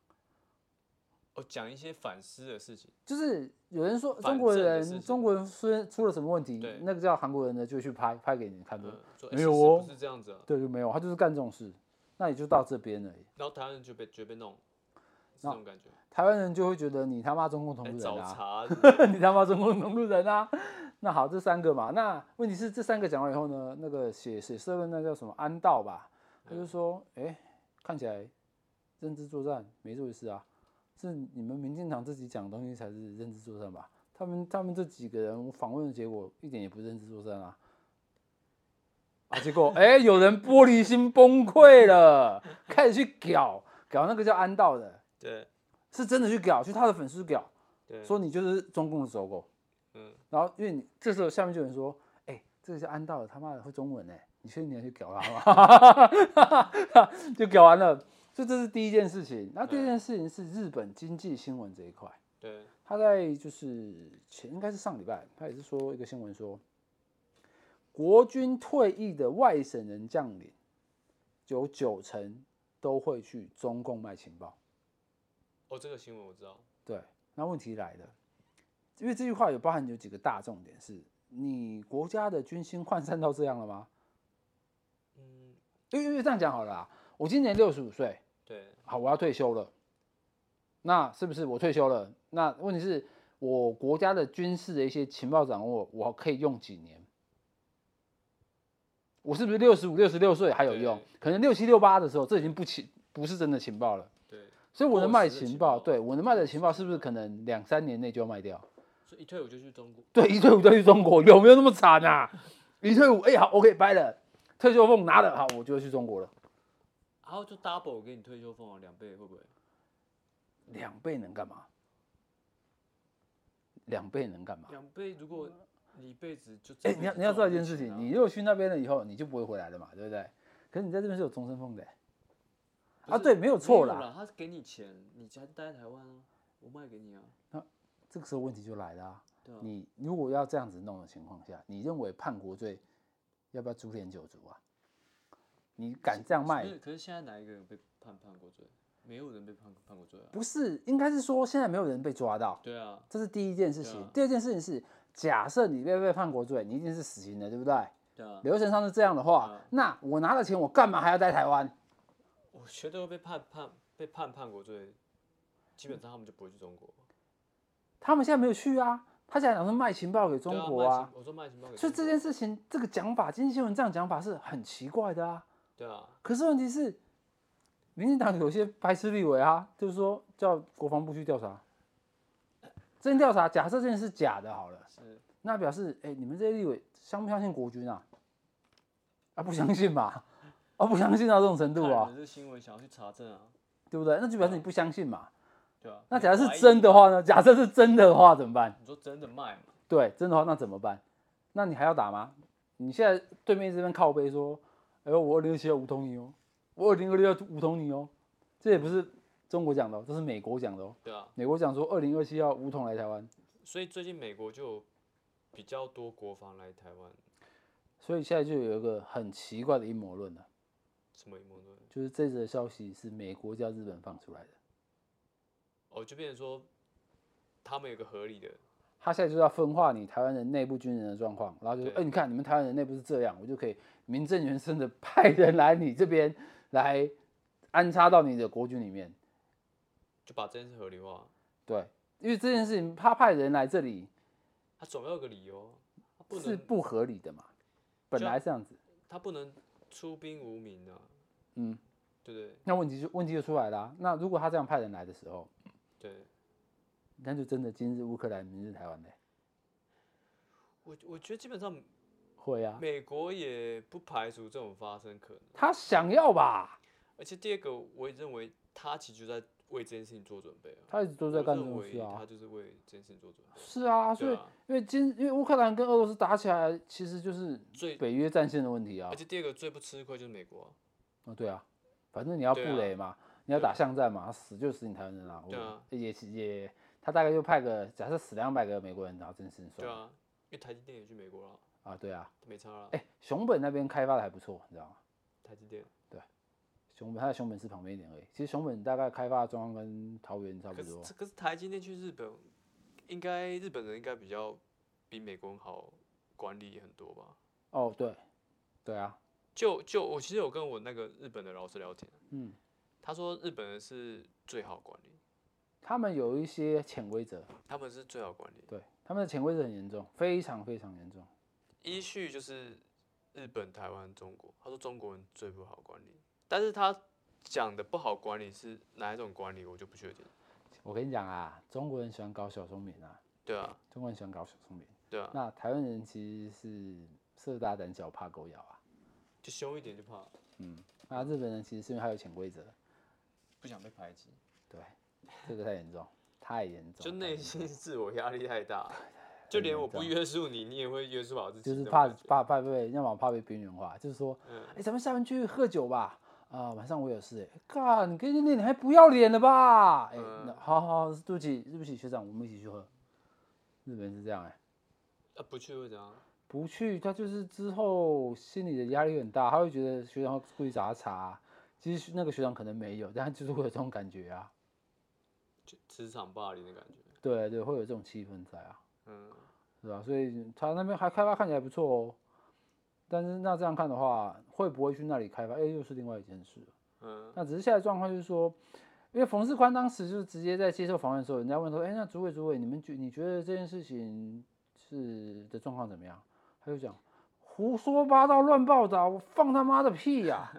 S1: 哦，讲一些反思的事情，
S2: 就是有人说
S1: 反
S2: 中国
S1: 正的事
S2: 人
S1: 情
S2: 中国人出出了什么问题
S1: 对，
S2: 那个叫韩国人的就去拍拍给你看，
S1: 嗯，说哎
S2: 没有
S1: 事实
S2: 哦
S1: 不是这样子啊，
S2: 对，就没有，他就是干这种事，那也就到这边而已。
S1: 然后台湾人就被就被弄，是这种感觉，
S2: 台湾人就会觉得你他妈中共同
S1: 哎
S2: 路
S1: 找
S2: 人啊，
S1: 茬是不 是，
S2: 你他妈中共同路人啊！那好，这三个嘛，那问题是这三个讲完以后呢，那个写写社论那叫什么安道吧，他就说，哎、看起来认知作战没这回事啊，是你们民进党自己讲的东西才是认知作战吧？他们他们这几个人访问的结果一点也不是认知作战啊。啊，结果哎、有人玻璃心崩溃了，开始去搞搞那个叫安道的，
S1: 对
S2: 是真的去搞，去他的粉丝搞，
S1: 对，
S2: 说你就是中共的走狗。
S1: 嗯，
S2: 然后因为你这时候下面就有人说，哎、这个是安道的，他妈的会中文哎、你确定你要去搞他吗？ 就搞完了，所以这是第一件事情。那第二件事情是日本经济新闻这一块。
S1: 对
S2: 他在就是前应该是上礼拜，他也是说一个新闻说，国军退役的外省人将领，有九成都会去中共卖情报。
S1: 哦，这个新闻我知道，
S2: 对，那问题来了，因为这句话有包含有几个大重点是：你国家的军心涣散到这样了吗？
S1: 嗯，
S2: 因为因为这样讲好了啦，我今年六十五岁，
S1: 对
S2: 好，我要退休了，那是不是我退休了？那问题是我国家的军事的一些情报掌握，我可以用几年？我是不是六十五、六十六岁还有用
S1: 对？
S2: 可能六七、六八的时候，这已经不情不是真的情报了。
S1: 对，
S2: 所以我能
S1: 过
S2: 卖
S1: 时的
S2: 情
S1: 情
S2: 报，
S1: 报
S2: 对我能卖的情报，是不是可能两三年内就要卖掉？
S1: 所以一退伍就去中国，
S2: 对，一退伍就去中国，有没有那么惨啊？一退伍，哎、好，OK，掰了，退休俸拿了，好，我就去中国了。
S1: 然后就 double 给你退休俸啊，两倍会不会？
S2: 两倍能干嘛？两倍能干嘛？
S1: 两倍如果你一辈子就这
S2: 哎、
S1: 辈
S2: 你要
S1: 子
S2: 你要知道
S1: 赚
S2: 一
S1: 那
S2: 件
S1: 个
S2: 事
S1: 钱
S2: 情，
S1: 啊
S2: 你如果去那边了以后，你就不会回来了嘛，对不对？可是你在这边是有终身俸的欸、
S1: 不
S2: 啊，
S1: 是
S2: 对，没有错啦。
S1: 啦，他是给你钱，你才待在台湾啊，我卖给你啊，
S2: 这个时候问题就来了、啊，
S1: 对啊，
S2: 你如果要这样子弄的情况下，你认为叛国罪要不要株连九族啊？你敢这样卖
S1: 不？是，可是现在哪一个人被判叛国罪？没有人被判判过罪啊。
S2: 不是，应该是说现在没有人被抓到，
S1: 对啊，
S2: 这是第一件事情
S1: 对啊。
S2: 第二件事情是，假设你被被叛国罪，你一定是死刑的，对不对？
S1: 对啊，
S2: 流程上是这样的话
S1: 嗯，
S2: 那我拿了钱，我干嘛还要待台湾？
S1: 我觉得会被判判被判叛国罪，基本上他们就不会去中国。
S2: 他们现在没有去啊，他现在想说卖情报给中国
S1: 对啊，卖
S2: 啊
S1: 情，我说卖情报给中国。
S2: 所以这件事情，这个讲法，经济新闻这样讲法是很奇怪的啊。
S1: 对啊，
S2: 可是问题是，民进党有些白痴立委啊，就是说叫国防部去调查，真调查，假设这件事假的好了，
S1: 是
S2: 那表示哎、你们这些立委相不相信国军啊？啊，不相信吧？啊，不相信到这种程度
S1: 看
S2: 啊
S1: 人，的新闻想要去查证啊，
S2: 对不对？那就表示你不相信嘛。
S1: 对啊。
S2: 那
S1: 你
S2: 假设
S1: 怀
S2: 是
S1: 疑
S2: 真的哦
S1: 嘛，
S2: 话呢？假设是真的话怎么办？
S1: 你说真的卖嘛？
S2: 对，真的话那怎么办？那你还要打吗？你现在对面这边靠背说，哎呦，我二零二七要五统你哦，我二零二六要五统你哦，这也不是中国讲的、哦，这是美国讲的哦。
S1: 对啊，
S2: 美国讲说二零二七要五统来台湾，
S1: 所以最近美国就有比较多国防来台湾，
S2: 所以现在就有一个很奇怪的阴谋论了，
S1: 什么阴谋论？
S2: 就是这则消息是美国叫日本放出来的，
S1: 哦，就变成说他们有个合理的，
S2: 他现在就是要分化你台湾人内部军人的状况，然后就说，哎，
S1: 对
S2: 你看你们台湾人内部是这样，我就可以名正言顺的 派人来你这边来安插到你的国军里面。
S1: 就把这件事合理化。
S2: 对，因为这件事情他派人来这里
S1: 他总要有个理由啊，他不
S2: 是
S1: 能
S2: 不合理的嘛，本
S1: 就
S2: 来这样子，
S1: 他不能出兵无名啊，
S2: 嗯，
S1: 对不对？
S2: 那问题就问题就出来啦、那如果他这样派人来的时候，
S1: 对，
S2: 那就真的今日乌克兰，明日台湾嘞、
S1: 我我觉得基本上
S2: 会啊，
S1: 美国也不排除这种发生可能，
S2: 他想要吧，
S1: 而且第二个，我也认为他其实就在为这件事情做准备啊，
S2: 他一直都在
S1: 我
S2: 干这
S1: 认
S2: 种
S1: 为
S2: 事啊
S1: 他，就是为这件事情做准备。
S2: 是啊，所以、
S1: 对啊，
S2: 因为今因为乌克兰跟俄罗斯打起来，其实就是
S1: 最
S2: 北约战线的问题啊
S1: 而，且第二个最不吃亏就是美国啊、
S2: 哦对啊，反正你要布
S1: 对啊
S2: 雷嘛，你要
S1: 对
S2: 打巷战嘛，死就死你台湾人啊，
S1: 对
S2: 我
S1: 啊
S2: 也也他大概就派个假设死两百个美国人，然后真是
S1: 对
S2: 算了
S1: 啊，因为台积电也去美国了，
S2: 啊，对啊。
S1: 没差了。
S2: 哎、熊本那边开发的还不错，你知道吗？
S1: 台积电，
S2: 熊本它在熊本市旁边一点而已。其实熊本大概开发的状况跟桃园差不
S1: 可是
S2: 多。
S1: 这可是台积电去日本，应该日本人应该比较比美国人好管理很多吧？
S2: 哦，对，对啊，
S1: 就就我其实有跟我那个日本的老师聊天，
S2: 嗯，
S1: 他说日本人是最好管理，
S2: 他们有一些潜规则，
S1: 他们是最好管理，
S2: 对，他们的潜规则很严重，非常非常严重。
S1: 依序就是日本、台湾、中国。他说中国人最不好管理，但是他讲的不好管理是哪一种管理，我就不确定。
S2: 我跟你讲啊，中国人喜欢搞小聪明啊，
S1: 对啊，
S2: 中国人喜欢搞小聪明。
S1: 对啊，
S2: 那台湾人其实是色大胆小，怕狗咬啊。
S1: 就凶一点就怕，
S2: 啊，日本人其实是因为他有潜规则，
S1: 嗯不想被排挤，
S2: 对，这个太 严重，太严重，
S1: 就
S2: 太
S1: 内
S2: 严重
S1: 心自我压力太大，就连我不约束你，你也会约束好自己
S2: 就
S1: 那
S2: 是
S1: 种
S2: 怕
S1: 感觉，
S2: 怕怕被，要么怕被边缘化，就是说，
S1: 嗯
S2: 哎、咱们下班去喝酒吧。啊、晚上我有事、哎，干，你跟那你还不要脸了吧？哎、
S1: 嗯
S2: 那好好，好对不起，对不起，学长，我们一起去喝。日本人是这样哎、
S1: 啊不去会怎样？
S2: 不去他就是之后心里的压力很大，他会觉得学长会故意找他茬，其实那个学长可能没有，但他就是会有这种感觉啊，
S1: 就职场霸凌的感觉，
S2: 对对，会有这种气氛在啊。
S1: 嗯，
S2: 是吧？所以他那边还开发看起来不错哦，但是那这样看的话，会不会去那里开发？哎，又是另外一件事了。
S1: 嗯，
S2: 那只是现在状况就是说，因为冯世宽当时就是直接在接受访问的时候，人家问说，哎，那主委主委，你们觉你觉得这件事情是的状况怎么样？他就讲胡说八道、乱报道，我放他妈的屁呀、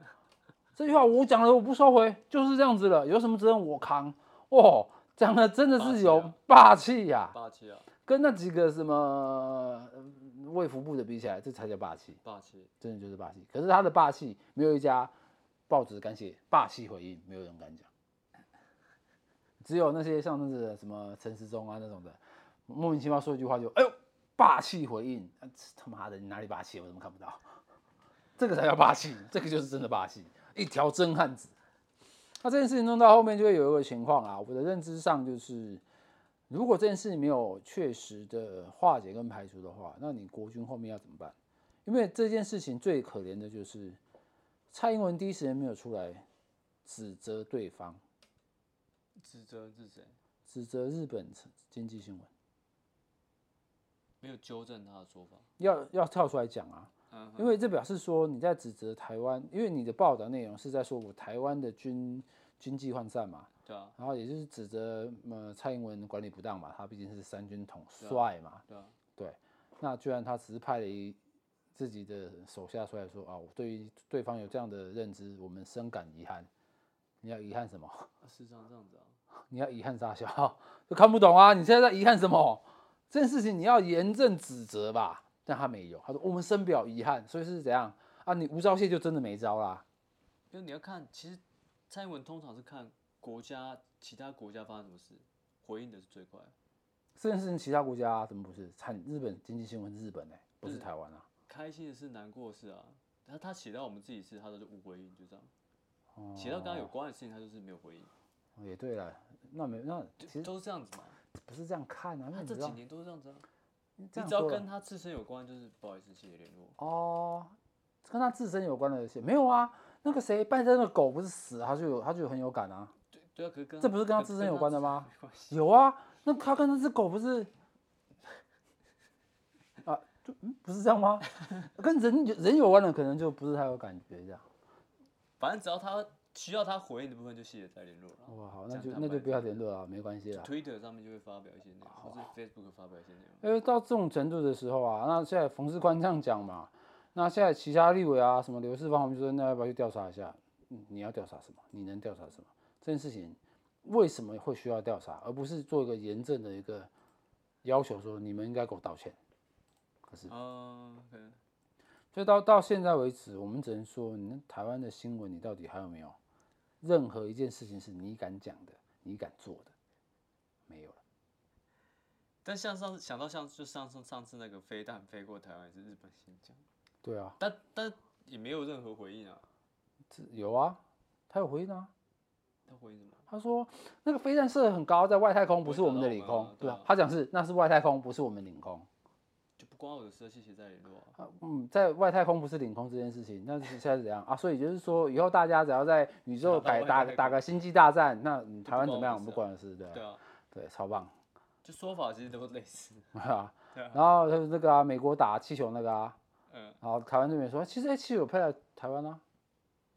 S2: 这句话我讲了，我不收回，就是这样子了，有什么责任我扛。哦，讲的真的
S1: 霸
S2: 是
S1: 气
S2: 有
S1: 啊
S2: 霸气呀、
S1: 霸气啊，
S2: 跟那几个什么呃卫福部的比起来，这才叫霸气，
S1: 霸气，
S2: 真的就是霸气。可是他的霸气，没有一家报纸敢写霸气回应，没有人敢讲，只有那些像那个什么陈时中啊那种的，莫名其妙说一句话就哎呦霸气回应，啊他妈的你哪里霸气？我怎么看不到？ 这个才叫霸气，这个就是真的霸气，一条真汉子。那这件事情弄到后面就会有一个情况啊，我的认知上就是，如果这件事情没有确实的化解跟排除的话，那你国军后面要怎么办？因为这件事情最可怜的就是蔡英文第一时间没有出来指责对方，
S1: 指责是谁？
S2: 指责日本经济新闻，
S1: 没有纠正他的说法，
S2: 要要跳出来讲啊。
S1: 嗯
S2: 因为这表示说你在指责台湾，因为你的报道内容是在说我台湾的军军纪涣散嘛，
S1: 对啊，
S2: 然后也就是指责呃蔡英文管理不当嘛，他毕竟是三军统
S1: 对啊
S2: 帅嘛，
S1: 对啊，
S2: 那居然他只是派了一自己的手下出来说啊，我对于对方有这样的认知，我们深感遗憾。你要遗憾什么？
S1: 是这样这样子啊，
S2: 你要遗憾啥小？就看不懂啊！你现在在遗憾什么？这件事情你要严正指责吧，但他没有，他说我们深表遗憾，所以是怎样啊？你无招谢就真的没招啦。
S1: 因为你要看，其实蔡英文通常是看国家其他国家发生什么事，回应的是最快。
S2: 这件事情其他国家、怎么不是？产日本经济新闻是日本哎、不是
S1: 嗯
S2: 台湾啊。
S1: 开心的事，难过的事啊，他他写到我们自己的事，他都是无回应，就这样。写到刚刚有关的事情，他就是没有回应，
S2: 哦也对了，那没那其
S1: 就
S2: 实
S1: 都是这样子嘛。
S2: 不是这样看啊，因为
S1: 他
S2: 你
S1: 这
S2: 知
S1: 几
S2: 道，
S1: 年都是这样子啊，
S2: 你
S1: 你
S2: 这样
S1: 只要
S2: 说了
S1: 跟他自身有关，就是不好意思，谢谢联络。
S2: 哦，跟他自身有关的一些没有啊。那个谁，拜登的狗不是死了，他就有他就有很有感啊。
S1: 对对啊，可是跟
S2: 这不是跟他自身有关的？
S1: 跟
S2: 吗？
S1: 跟他没关系
S2: 有啊，那他跟那只狗不是啊，就嗯不是这样吗？跟人有人有关的可能就不是太有感觉这样。
S1: 反正只要他需要他回应的部分，就谢谢再联络了。
S2: 哇，
S1: 这
S2: 好，那
S1: 样
S2: 就
S1: 坦
S2: 那就
S1: 白
S2: 不要联络了，没关系啦。
S1: Twitter 上面就会发表一些内容，或是 Facebook 发表一些内容。
S2: 因为到这种程度的时候啊，那现在冯世宽这样讲嘛，那现在其他立委啊，什么刘世芳，我们就说那要不要去调查一下？嗯你要调查什么？你能调查什么？这件事情为什么会需要调查，而不是做一个严正的一个要求，说你们应该给我道歉？可是，
S1: 嗯，可能
S2: 就到到现在为止，我们只能说，你那台湾的新闻，你到底还有没有任何一件事情是你敢讲的，你敢做的？没有了。
S1: 但像上次想到像就上上上次那个飞弹飞过台湾也是日本先讲，
S2: 对啊，
S1: 但但也没有任何回应啊。
S2: 这有啊，他有回应啊。
S1: 他回应什么？
S2: 他说那个飞弹射得很高，在外太空，
S1: 不
S2: 不
S1: 会
S2: 是我
S1: 打
S2: 们的
S1: 到我
S2: 领
S1: 们
S2: 空
S1: 啊。对
S2: 对啊
S1: 啊，
S2: 他讲是那是外太空，不是我们领空。
S1: 就不关我的事，谢谢再联络啊。
S2: 啊嗯，在外太空不是领空这件事情，那是现在是怎样啊？所以就是说，以后大家只要在宇宙
S1: 打到
S2: 改
S1: 外
S2: 打
S1: 太
S2: 打个星际大战，那嗯
S1: 就
S2: 台
S1: 不关
S2: 湾怎
S1: 我
S2: 么样，我
S1: 们
S2: 们
S1: 事
S2: 不
S1: 啊
S2: 关的事，对
S1: 对
S2: 啊，
S1: 啊，
S2: 对，超棒，
S1: 就说法其实都类似。
S2: 啊
S1: 对啊。
S2: 然后就是那个啊，美国打气球那个啊，
S1: 嗯，
S2: 然后台湾这边说，其实哎气球有派来台湾啊，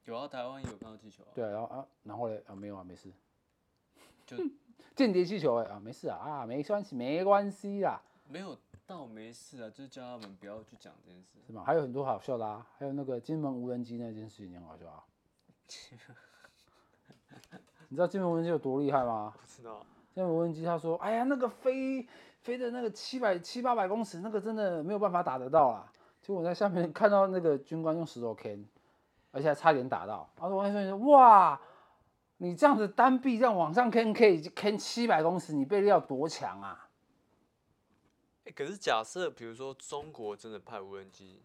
S1: 有啊，台湾也有看到气球啊。
S2: 对啊，然后啊，然后嘞啊没有啊，没事，
S1: 就
S2: 嗯间谍气球哎、啊没事啊啊没关系没关系啦，
S1: 没有倒没事啊，就是叫他们不要去讲这件事。
S2: 是吗？还有很多好笑的啊，还有那个金门无人机那件事情也很 好笑啊。你知道金门无人机有多厉害吗？
S1: 不知道，
S2: 金门无人机他说，哎呀，那个飞飞的那个七百七八百公尺，那个真的没有办法打得到啦。结果我在下面 看到那个军官用石头 K，而且还差点打到。然后我还说：“哇，你这样子单臂这样往上 K 可以 K 七百公尺，你背力要多强啊
S1: 欸可是假设比如说中国真的派无人机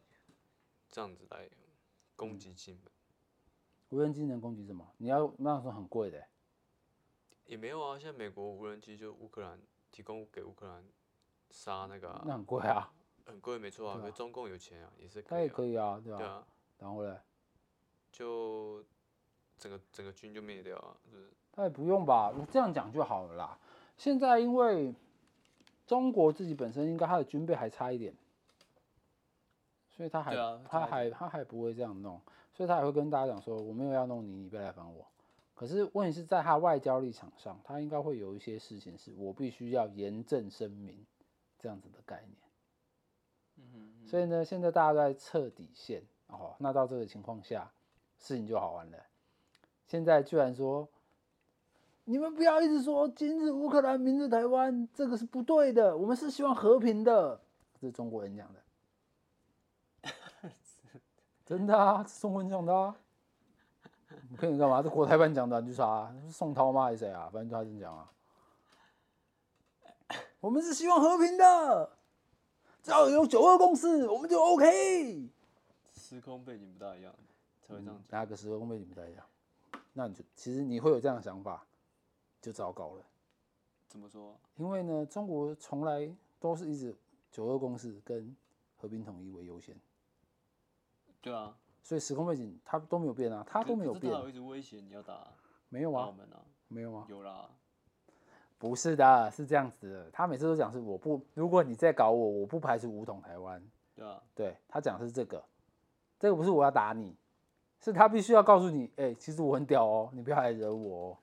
S1: 这样子来攻击金门，！”
S2: 无人机能攻击什么？你要那时候很贵的欸、
S1: 也没有啊。现在美国无人机就乌克兰提供给乌克兰杀那个啊、
S2: 那很贵啊，
S1: 很贵没错啊，
S2: 对
S1: 可是
S2: 啊
S1: 中共有钱啊，也是
S2: 它
S1: 可以、
S2: 也
S1: 啊。
S2: 可以啊，对吧、
S1: 对啊，
S2: 然后嘞，
S1: 就整个整个军就灭掉啊，就是
S2: 他也不用吧，我这样讲就好了啦。现在因为中国自己本身应该它的军备还差一点，所以他还、
S1: 对啊
S2: 他
S1: 差一
S2: 还他还不会这样弄，所以他还会跟大家讲说我没有要弄你，你别来烦我。可是问题是在他外交立场上，他应该会有一些事情是我必须要严正声明这样子的概念。
S1: 嗯
S2: 所以呢，现在大家都在测底线哦。那到这个情况下，事情就好玩了。现在居然说，你们不要一直说今日乌克兰，明日台湾，这个是不对的。我们是希望和平的，这是中国人讲的，真的啊，是中国人讲的啊。你可以干嘛？这国台办讲的、啊，你去查、啊，是宋涛吗？还是谁啊？反正就他这样讲啊。我们是希望和平的，只要有九二共识，我们就 OK。
S1: 时空背景不大一样才会这样讲。
S2: 哪个时空背景不太一样，那你就其实你会有这样的想法，就糟糕了。
S1: 怎么说啊？
S2: 因为呢，中国从来都是一直九二共识跟和平统一为优先，
S1: 对啊，
S2: 所以时空背景它都没有变啊，它
S1: 他
S2: 都没有变，
S1: 一直威胁你要打
S2: 没有
S1: 澳
S2: 啊，
S1: 门啊，
S2: 没有啊，
S1: 有啦，
S2: 不是的，啊是这样子的。他每次都讲是我不，如果你再搞我，我不排除武统台湾。
S1: 对啊，
S2: 对他讲的是这个，这个不是我要打你，是他必须要告诉你，哎、其实我很屌哦，你不要来惹我哦。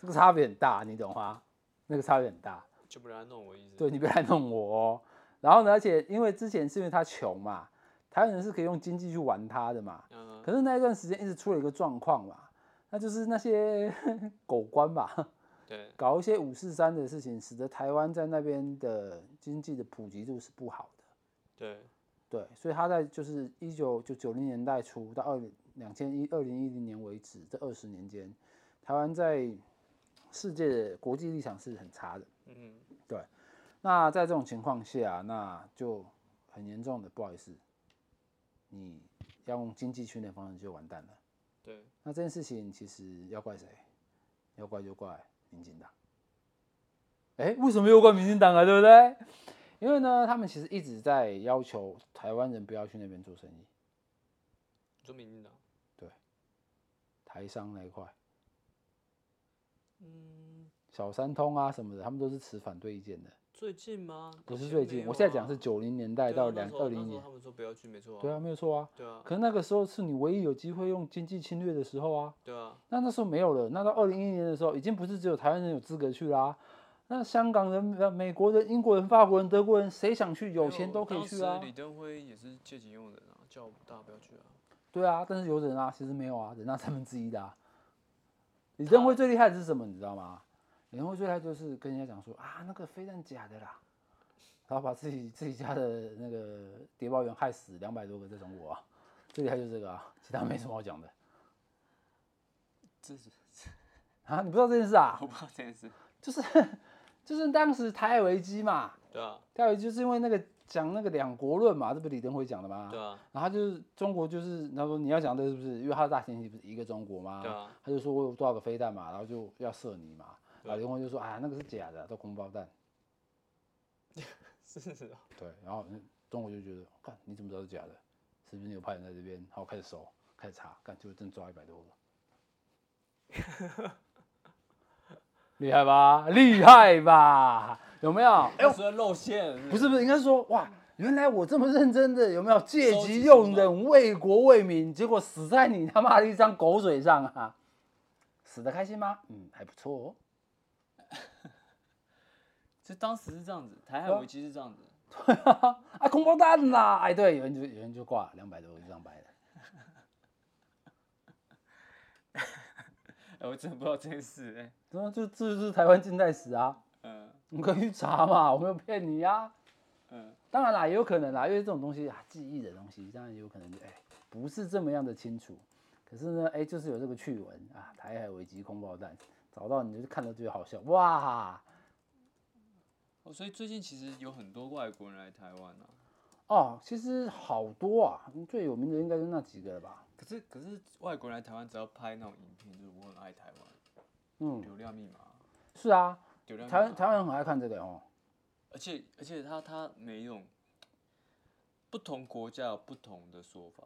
S2: 这个差别很大，你懂吗？那个差别很大，
S1: 就不让他弄我意思。
S2: 对你不要来弄我哦。然后呢，而且因为之前是因为他穷嘛，台湾人是可以用经济去玩他的嘛。
S1: 嗯，
S2: 可是那一段时间一直出了一个状况嘛，那就是那些 狗官吧，
S1: 对，
S2: 搞一些五四三的事情，使得台湾在那边的经济的普及度是不好的。
S1: 对，
S2: 对，所以他在就是一九就九零年代初到二两千一二零一零年为止，这二十年间，台湾在世界的国际立场是很差的。
S1: 嗯，
S2: 那在这种情况下，那就很严重的，不好意思，你要用经济训练方式就完蛋了。
S1: 对，
S2: 那这件事情其实要怪谁？要怪就怪民进党。哎、为什么又怪民进党啊？对不对？因为呢，他们其实一直在要求台湾人不要去那边做生意，
S1: 你说民进党，
S2: 台商那一块，
S1: 嗯，
S2: 小三通啊什么的，他们都是持反对意见的。
S1: 最近吗？
S2: 不
S1: 以
S2: 是
S1: 前
S2: 最
S1: 没
S2: 近，
S1: 有
S2: 我现在讲
S1: 啊
S2: 是九零年
S1: 对
S2: 代
S1: 啊
S2: 到
S1: 那
S2: 两
S1: 时候
S2: 二
S1: 那
S2: 零
S1: 时候
S2: 年
S1: 他，们说不要去，没错、啊。
S2: 对啊，没有错啊。
S1: 对啊，
S2: 可是那个时候是你唯一有机会用经济侵略的时候啊。
S1: 对啊，
S2: 那那时候没有了，那到二零一零年的时候，已经不是只有台湾人有资格去啦、那香港人、呃美国人、英国人、法国人、德国人，谁想去有钱都可以去啊
S1: 当时。李登辉也是借景用人啊，叫我们大家不要去啊。
S2: 对啊，但是有人啊，其实没有啊，人那三分之一的、啊。李登辉最厉害的是什么，你知道吗？李登辉最厉害就是跟人家讲说啊，那个飞弹假的啦，然后把自己自己家的那个谍报员害死两百多个在中国啊，最厉害就是这个啊，其他没什么好讲的
S1: 这是
S2: 啊，你不知道这件事啊？
S1: 我不知道这件事。
S2: 就是就是当时台海危机嘛，
S1: 对啊，
S2: 台海危机就是因为那个讲那个两国论嘛，这不是李登辉讲的吗？
S1: 对啊，
S2: 然后他就是中国，就是他说你要讲这个是不是？因为他的大前提不是一个中国吗？
S1: 对啊，
S2: 他就说我有多少个飞弹嘛，然后就要射你嘛。
S1: 对
S2: 然后林峰就说啊，那个是假的，都空包弹。
S1: 是是啊，
S2: 对，然后嗯中国就觉得，看你怎么知道是假的？是不是你有派人在这边？然后开始搜，开始查，看就真抓一百多个，厉害吧？厉害吧？有没有？哎呦，
S1: 是在露馅，
S2: 不是不是，应该是说哇，原来我这么认真的，有没有借
S1: 收集
S2: 机
S1: 情
S2: 用
S1: 报
S2: 人，为国为民，结果死在你他妈的一张狗嘴上啊！死的开心吗？嗯，还不错哦。
S1: 就当时是这样子，台海
S2: 对啊
S1: 危机是这样子，
S2: 啊，空包弹啦！哎，对，有人就有人就挂两百多一张白的，
S1: 哎，我真的不知道这件事，哎，
S2: 这这这就是台湾近代史啊！
S1: 嗯，
S2: 你可以去查嘛，我没有骗你呀、
S1: 嗯，
S2: 当然啦，也有可能啦，因为这种东西啊，记忆的东西，当然也有可能就哎、不是这么样的清楚。可是呢，哎、就是有这个趣闻啊，台海危机空爆弹，找到你就是看到就觉得好笑，哇
S1: 哦，所以最近其实有很多外国人来台湾啊。
S2: 哦，其实好多啊，最有名的应该就那几个了吧？
S1: 可是可是外国人来台湾只要拍那种影片，就是我很爱台湾，
S2: 嗯，
S1: 流量密码，
S2: 是啊，
S1: 流量密
S2: 台湾
S1: 码。
S2: 台湾人很爱看这个哦，
S1: 而且而且他他每一种不同国家有不同的说法，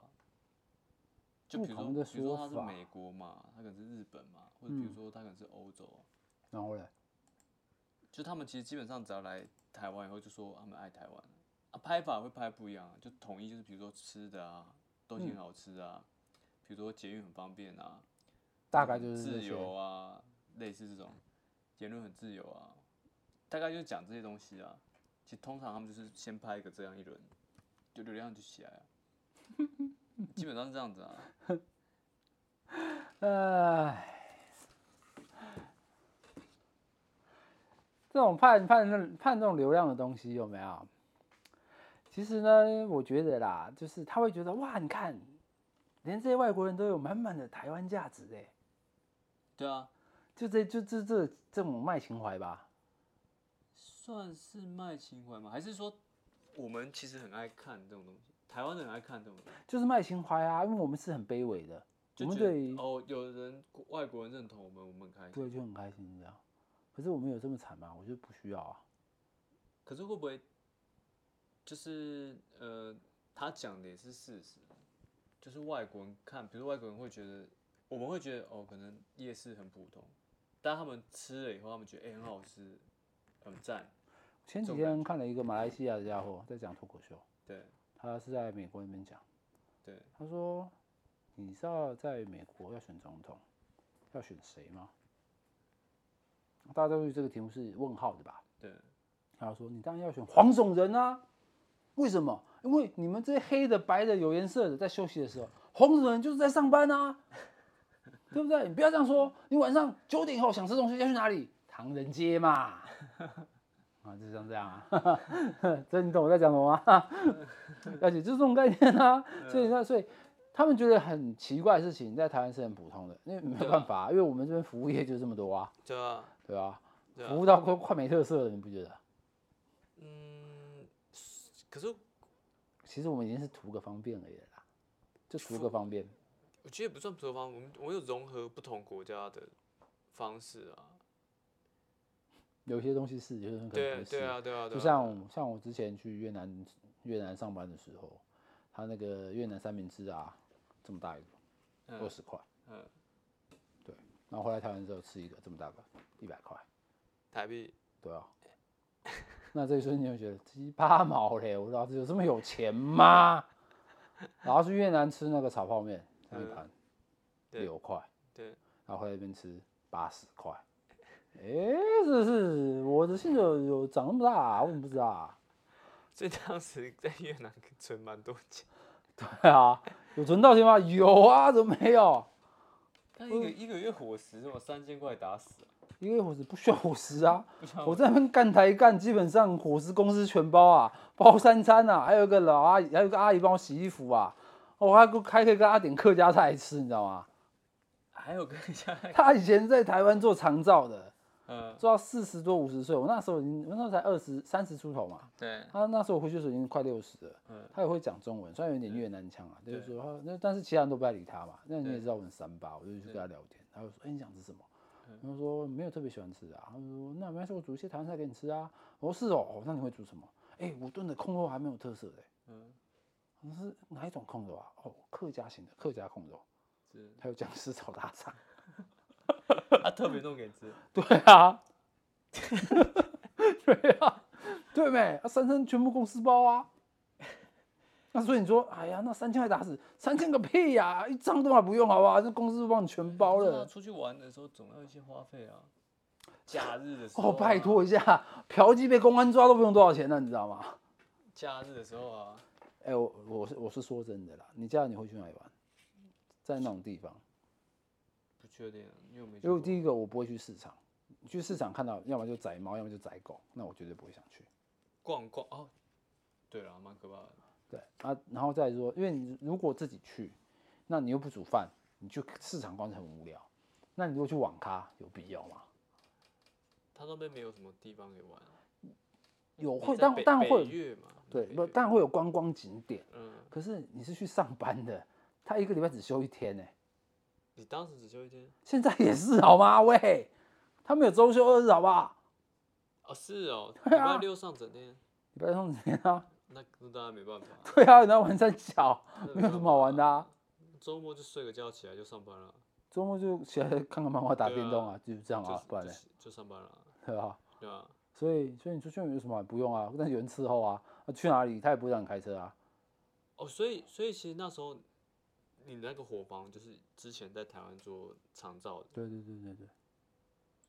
S1: 就比如
S2: 不
S1: 说
S2: 同的
S1: 比如说他
S2: 说
S1: 是
S2: 法嗯
S1: 美国嘛，他可能是日本嘛，或者比如说他可能是欧洲啊，
S2: 然后嘞，
S1: 就他们其实基本上只要来台湾以后就说他们爱台湾啊，拍法会拍不一样啊，就统一就是比如说吃的啊，东西很好吃
S2: 嗯
S1: 啊，比如说捷运很方便啊，
S2: 大概就是这
S1: 自
S2: 些。
S1: 由啊，类似这种言论很自由啊，大概就是讲这些东西啊。其实通常他们就是先拍一个这样一轮，就流量就起来了，基本上是这样子啊。
S2: 唉，这种判判论判这种流量的东西有没有？其实呢，我觉得啦，就是他会觉得哇，你看，连这些外国人都有满满的台湾价值哎，
S1: 对啊，
S2: 就这就这这这种卖情怀吧。
S1: 算是卖情怀吗？还是说我们其实很爱看这种东西？台湾人很爱看这种东西，
S2: 就是卖情怀啊，因为我们是很卑微的，我
S1: 就
S2: 们
S1: 觉
S2: 对于
S1: 得哦，有人外国人认同我们，我们很开心。
S2: 对就很开心这样。可是我们有这么惨吗？我觉得不需要啊。
S1: 可是会不会就是呃，他讲的也是事实，就是外国人看，比如外国人会觉得，我们会觉得哦，可能夜市很普通，但他们吃了以后，他们觉得哎、很好吃，很赞，
S2: 前几
S1: 这种感
S2: 天看了一个马来西亚的家伙在讲脱口秀，
S1: 对
S2: 他是在美国那边讲。
S1: 对，
S2: 他说：“你知道在美国要选总统，要选谁吗？”大家都对这个题目是问号的吧？
S1: 对，
S2: 他说：“你当然要选黄种人啊！为什么？因为你们这些黑的、白的、有颜色的，在休息的时候，黄种人就是在上班啊，对不对？你不要这样说。你晚上九点以后想吃东西要去哪里？唐人街嘛。啊，就是像这样啊， 真的懂我在讲什么 吗？而且就是这种概念啊，
S1: 嗯
S2: 所以那所以他们觉得很奇怪的事情，在台湾是很普通的，因为没有办法啊、因为我们这边服务业就这么多啊，
S1: 对啊，
S2: 对吧、
S1: 对
S2: 服务到快快没特色了，你不觉得？
S1: 嗯，可是
S2: 其实我们已经是图个方便而已了啦，就图个方便。
S1: 我觉得也不算不同方，我们我们有融合不同国家的方式啊，
S2: 有些东西是，有些东西可能
S1: 对
S2: 不
S1: 对
S2: 是。
S1: 啊对啊对啊，
S2: 就像我像我之前去越南越南上班的时候，他那个越南三明治啊，这么大一个，二
S1: 嗯
S2: 十块。
S1: 嗯，
S2: 对。然后回来台湾之后吃一个这么大个，一百块。
S1: 台币
S2: 对啊。 那这一瞬间就觉得鸡巴毛嘞，我老子有这么有钱吗？ 然后去越南吃那个炒泡面，那一盘
S1: 嗯对
S2: 六块，
S1: 对，
S2: 然后回来这边吃八十块。哎、是是，我的薪水有有长那么大、啊，我怎么不知道、啊？
S1: 所以当时在越南存蛮多钱。
S2: 对啊，有存到钱吗？有啊，怎么没有？
S1: 但一个一个月伙食，我三千块打死、啊，
S2: 一个月伙食不需要伙食啊，
S1: 不知道
S2: 我在那边干台干，基本上伙食公司全包啊，包三餐啊，还有一个老阿姨，还有一个阿姨帮我洗衣服啊，我还还可以跟她点客家菜吃，你知道吗？
S1: 还有跟人 家，
S2: 她以前在台湾做长照的，
S1: 嗯，
S2: 做到四十多五十岁，我那时候已经，我那时候才二十三十出头嘛，
S1: 对，
S2: 她那时候我回去的时候已经快六十了
S1: 嗯，
S2: 她也会讲中文，虽然有点越南腔啊，就是说她那但是其他人都不爱理她嘛，那你也知道我很三八，我就去跟她聊天，她就说，哎、你想吃什么？然后说没有特别喜欢吃的啊，他说那没关系，我煮一些台湾菜给你吃啊。我说是哦，哦那你会煮什么？哎、我炖的控肉还没有特色嘞、
S1: 嗯，
S2: 我说是哪一种控肉啊？哦，客家型的客家控肉，
S1: 是，
S2: 还有僵尸炒大肠。
S1: 他特别弄给你吃，
S2: 对啊，对啊，对没？啊，三餐全部公司包啊。那所以你说，哎呀，那三千块打死，三千个屁呀、一张都还不用好不好？这公司帮你全包
S1: 不是
S2: 了
S1: 啊。出去玩的时候总要一些花费啊，假日的时候、啊
S2: 哦，拜，托一下，嫖妓被公安抓都不用多少钱了，你知道吗？
S1: 假日的时候啊，
S2: 哎、我我是我是说真的啦，你家人你会去哪里玩？在那种地方，
S1: 不确定、啊，因为我没去
S2: 因为
S1: 过，
S2: 第一个我不会去市场，去市场看到要么就宰猫，要么就宰狗，那我绝对不会想去。
S1: 逛逛哦，对啦，蛮可怕的。
S2: 对啊，然后再来说，因为你如果自己去，那你又不煮饭，你去市场观很无聊。那你如果去网咖，有必要吗？
S1: 他那边没有什么地方可以玩啊，
S2: 有
S1: 你
S2: 会，
S1: 在
S2: 但
S1: 北
S2: 但
S1: 北
S2: 会
S1: 越嘛，
S2: 对，
S1: 北
S2: 不，
S1: 越
S2: 但会有观光景点。
S1: 嗯，
S2: 可是你是去上班的，他一个礼拜只休一天呢、
S1: 你当时只休一天
S2: 现在也是好吗？喂，他们有周休二日，好不好？
S1: 哦，是 哦，礼
S2: 对啊
S1: 拜六上整天，
S2: 礼拜上几天啊？
S1: 那那当然没办法啊，
S2: 对啊，然后玩三角，
S1: 那
S2: 没
S1: 办
S2: 有什么好玩的
S1: 法
S2: 啊
S1: 啊。周末就睡个觉，起来就上班了，
S2: 周末就起来看看漫画、打
S1: 对
S2: 电动
S1: 啊
S2: 啊，就是这样
S1: 就
S2: 啊
S1: 是，
S2: 不然
S1: 就
S2: 嘞，
S1: 是就上班了，啊
S2: 对吧？
S1: 对啊吧？
S2: 所以，所以你出去有什么好不用啊？但是有人伺候啊，啊去哪里他也不会让你开车啊。
S1: 哦，所以所以其实那时候你那个伙房就是之前在台湾做长照的，
S2: 对对对对对，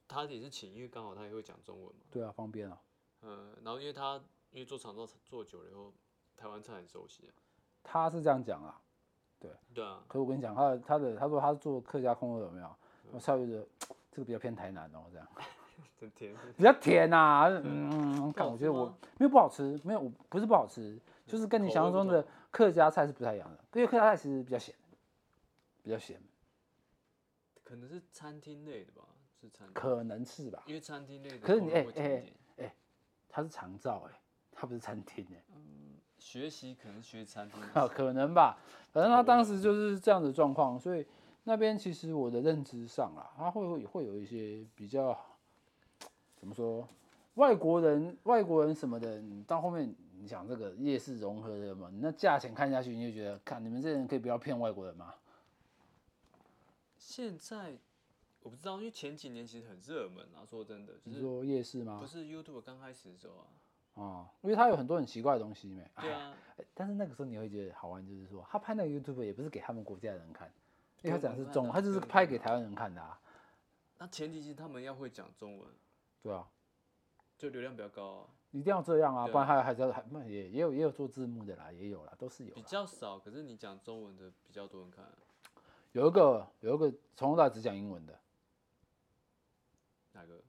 S1: 他也是请，因为刚好他也会讲中文嘛，
S2: 对啊，方便啊。
S1: 嗯，然后因为他因为做长照做久了以后，台湾菜很熟悉啊，
S2: 他是这样讲啊，
S1: 对啊，
S2: 可是我跟你讲，他的他的他说他是做客家空肉有没有？我稍微觉得这个比较偏台南哦，这样
S1: 真甜，
S2: 比较甜啊。嗯，
S1: 不好
S2: 看我觉
S1: 吃
S2: 得我
S1: 吗
S2: 没有不好吃，没有我不是不好吃，就是跟你
S1: 口
S2: 想象
S1: 味不
S2: 中的
S1: 同
S2: 客家菜是不太一样的，因为客家菜其实比较咸，比较咸，
S1: 可能是餐厅类的吧，是餐厅，
S2: 可能是吧。
S1: 因为餐厅类的
S2: 可是
S1: 口
S2: 你
S1: 味
S2: 哎
S1: 会重
S2: 哎
S1: 一
S2: 哎
S1: 点
S2: 它是长照哎、它不是餐厅哎、
S1: 学习可能学餐厅
S2: 啊，可能吧。反正他当时就是这样的状况，所以那边其实我的认知上啦，他会会会有一些比较怎么说，外国人外国人什么的，你到后面你想这个夜市融合的嘛，你那价钱看下去，你就觉得，看你们这些人可以不要骗外国人吗？
S1: 现在我不知道，因为前几年其实很热门啊，说真的，就
S2: 你
S1: 是
S2: 说夜市
S1: 不
S2: 吗？
S1: 是 YouTube 刚开始的时候啊，
S2: 啊、因为他有很多很奇怪的东西没。哎
S1: 对
S2: 呀
S1: 啊，
S2: 哎但是那个时候你会觉得好玩，就是说他拍那个 YouTube 也不是给他们国家的人看，因为他讲的是中文，他就是拍给台湾人看的啊。
S1: 那前提是他们要会讲中文，
S2: 对啊，
S1: 就流量比较高啊。
S2: 一定要这样啊，
S1: 对啊
S2: 不然还还是要还不然也也有也有做字幕的啦，也有啦，都是有
S1: 比
S2: 啦。
S1: 较少，可是你讲中文的比较多人看，
S2: 有一个有一个从头到尾只讲英文的，
S1: 哪个？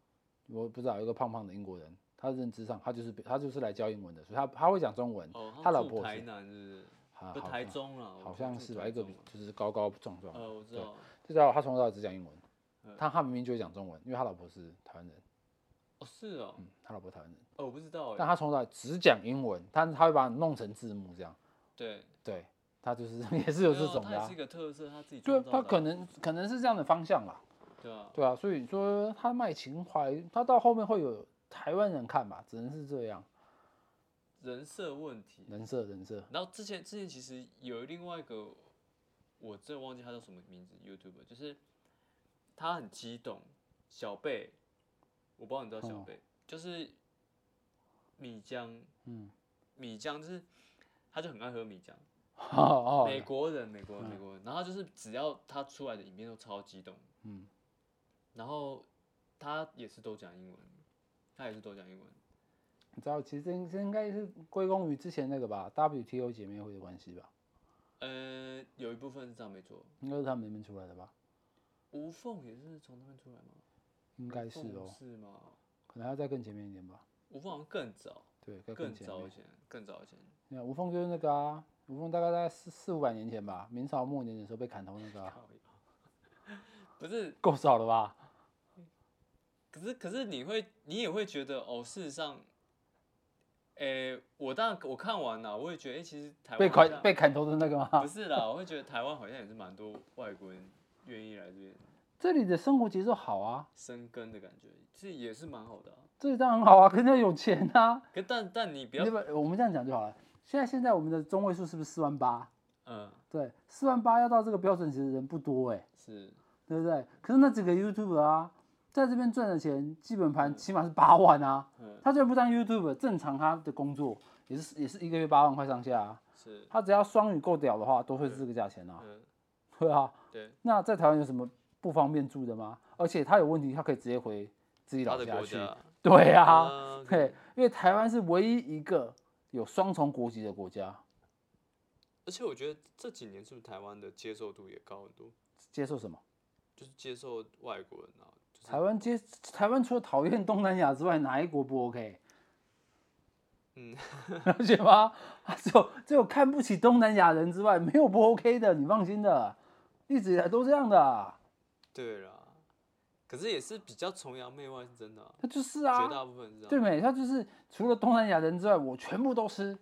S2: 我不知道有一个胖胖的英国人，他认知上他就是他就是来教英文的，所以他他会讲中文，
S1: 哦，
S2: 他
S1: 他
S2: 老
S1: 住
S2: 婆
S1: 台
S2: 是
S1: 南是
S2: 好
S1: 不是？不
S2: 好
S1: 台
S2: 像
S1: 中了，
S2: 好像是吧，一个比嗯
S1: 嘛。
S2: 就是高高壮壮的，
S1: 呃，我知
S2: 对
S1: 道。
S2: 这家伙他从头到尾只讲英
S1: 嗯
S2: 文，他他明明就会讲中文，因为他老婆是台湾人，
S1: 哦，是哦，
S2: 嗯，他老婆台湾人，
S1: 哦，我不知道哎。
S2: 但他从头到尾只讲英文，但他会把你弄成字幕这样，
S1: 对，
S2: 对他就是 也是
S1: 没
S2: 有
S1: 有
S2: 这种
S1: 他
S2: 的、
S1: 也
S2: 啊
S1: 是一，个特色，他自己
S2: 对
S1: 创
S2: 啊，
S1: 造的
S2: 他
S1: 啊。
S2: 可能可能是这样的方向啦。
S1: 对啊，
S2: 对啊，所以说他卖情怀，他到后面会有台湾人看吧，只能是这样，
S1: 人设问题。
S2: 人设人设，
S1: 然后之前之前其实有另外一个，我真的忘记他叫什么名字，YouTube，就是他很激动，小贝，我不知道你知道小
S2: 哦
S1: 贝，就是米浆，
S2: 嗯，
S1: 米浆就是他就很爱喝米浆，
S2: 哦
S1: 美国人，美国人，美国人，然后他就是只要他出来的影片都超激动，
S2: 嗯，
S1: 然后他也是都讲英文，他也是都讲英文，
S2: 你知道，其实这应这应该是归功于之前那个吧，WTO 姐妹会的关系吧，
S1: 呃，有一部分是这样没错，
S2: 应该是他们那边出来的吧，
S1: 无缝也是从那边出来吗？
S2: 应该是
S1: 无缝
S2: 哦，
S1: 是吗？
S2: 可能要再更前面一点吧，
S1: 无缝好像更早，
S2: 对，再
S1: 更
S2: 前
S1: 早
S2: 面
S1: 以。前，更早以前。
S2: 你看吴凤就是那个啊，吴凤大概在四四五百年前吧，明朝末年的时候被砍头那个、啊，
S1: 靠腰不是，
S2: 够少了吧？
S1: 可是可是你会，你也会觉得哦，事实上，诶、我当然我看完了，我也觉得，诶，其实台湾
S2: 被
S1: 好像
S2: 砍被砍头的那个吗
S1: 不？是啦，我会觉得台湾好像也是蛮多外国人愿意来这边
S2: 这里的生活节奏好啊，
S1: 生根的感觉，这也是蛮好的啊、
S2: 这里当然好啊，可是要有钱啊。
S1: 可但但你不要
S2: 那，呃么我们这样讲就好了。现在现在我们的中位数是不是四万八？
S1: 嗯，
S2: 对，四万八要到这个标准，其实人不多哎、
S1: 是
S2: 对不对？可是那几个 YouTube 啊，在这边赚的钱，基本盘起码是八万啊。
S1: 嗯
S2: 他虽然不当 YouTube，正常他的工作也是也是一个月八万块上下啊。
S1: 是，
S2: 他只要双语够屌的话，都会是这个价钱啊。
S1: 嗯，
S2: 对啊，
S1: 对，
S2: 那在台湾有什么不方便住的吗？而且他有问题，他可以直接回自己
S1: 他
S2: 老
S1: 的
S2: 家
S1: 国
S2: 去。
S1: 家
S2: 对啊。
S1: 嗯
S2: 对，因为台湾是唯一一个有双重国籍的国家，
S1: 而且我觉得这几年是不是台湾的接受度也高很多，
S2: 接受什么？
S1: 就是接受外国人啊，就是
S2: 台湾接台湾除了讨厌东南亚之外，哪一国不 OK？ 了解吗？啊只有只有看不起东南亚人之外，没有不 OK 的，你放心的，一直以来都这样的，
S1: 对啦，可是也是比较崇洋媚外，是真的啊、
S2: 他就是啊
S1: 绝，大部分是这样。
S2: 对没？他就是除了东南亚人之外，我全部都吃，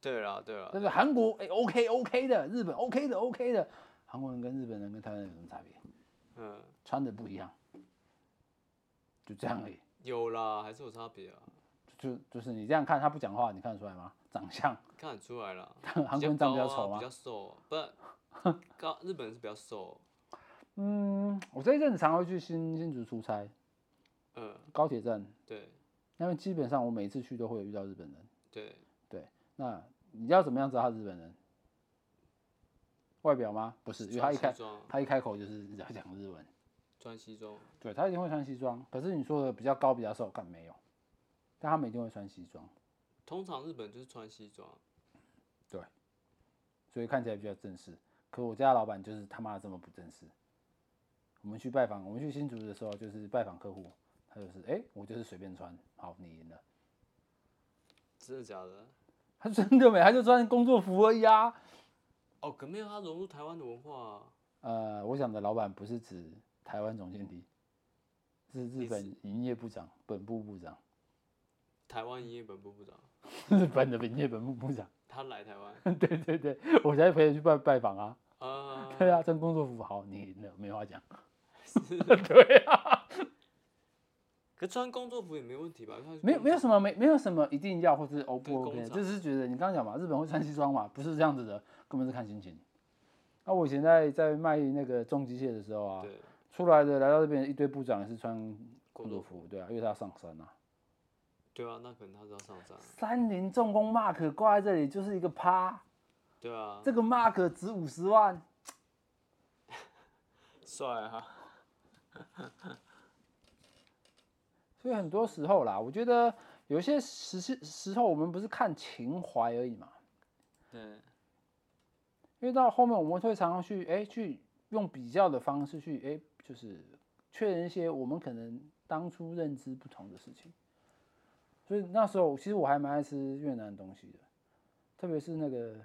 S1: 对啦，对啦
S2: 对，不对？韩国哎 OK OK 的，日本 OK 的 OK 的，韩国人跟日本人跟台湾人有什么差别？
S1: 嗯，
S2: 穿的不一样，就这样而已。
S1: 有啦，还是有差别啊，
S2: 就就是你这样看他不讲话，你看得出来吗？长相，
S1: 看得出来啦。
S2: 韩国人长得比较
S1: 高啊
S2: 丑吗
S1: 比？较瘦啊，不， 高日本人是比较瘦，
S2: 嗯，我这一阵子常会去新新竹出差，
S1: 嗯，
S2: 高铁站，
S1: 对
S2: 因为基本上我每次去都会有遇到日本人。
S1: 对，
S2: 那你要怎么样知道他是日本人？外表吗？不是，因为他
S1: 穿
S2: 一
S1: 西
S2: 开
S1: 装，
S2: 他一开口就是 要讲日文，
S1: 穿西装，
S2: 对他一定会穿西装。可是你说的比较高、比较瘦，干没有，但他们一定会穿西装，
S1: 通常日本就是穿西装，
S2: 所以看起来比较正式。可我家老板就是他妈的这么不正式。我们去拜访，我们去新竹的时候就是拜访客户，他就是哎、诶我就是随便穿，好，你赢了。
S1: 真的假的？
S2: 他真的没，他就穿工作服而已啊。
S1: 哦，可没有，他融入台湾的文化、啊，
S2: 呃，我想的老板不是指台湾总经理，是日
S1: 你
S2: 本营业部长、本部部长，
S1: 台湾营业本部部长，
S2: 日本的营业本部部长。
S1: 他来台湾，
S2: 对对对，我才陪你去拜拜访啊。
S1: 啊，
S2: 对啊，穿工作服好，你赢了，没话讲。 啊
S1: 可穿工作服也没问题吧？因为他是
S2: 没有
S1: 工
S2: 没有
S1: 作
S2: 什么没没有什么一定要或是 O
S1: 对
S2: 不 OK，
S1: 工
S2: 的
S1: 厂
S2: 就是觉得你刚刚讲嘛，日本会穿西装嘛，不是这样子的，根本是看心情。啊，我以前在在卖那个重机械的时候啊，
S1: 对
S2: 出来的来到这边一堆部长也是穿工
S1: 工
S2: 作
S1: 作
S2: 服，对啊，因为他要上山啊。
S1: 对啊，那可能他是要上山，
S2: 三菱重工 Mark 挂在这里就是一个趴，
S1: 对啊，
S2: 这个 Mark 值五十万，
S1: 帅啊，
S2: 所以很多时候啦，我觉得有些时事时候我们不是看情怀而已嘛，
S1: 对
S2: 因为到后面我们会常常去哎、去用比较的方式去哎、就是确认一些我们可能当初认知不同的事情，所以那时候其实我还蛮爱吃越南的东西的，特别是那个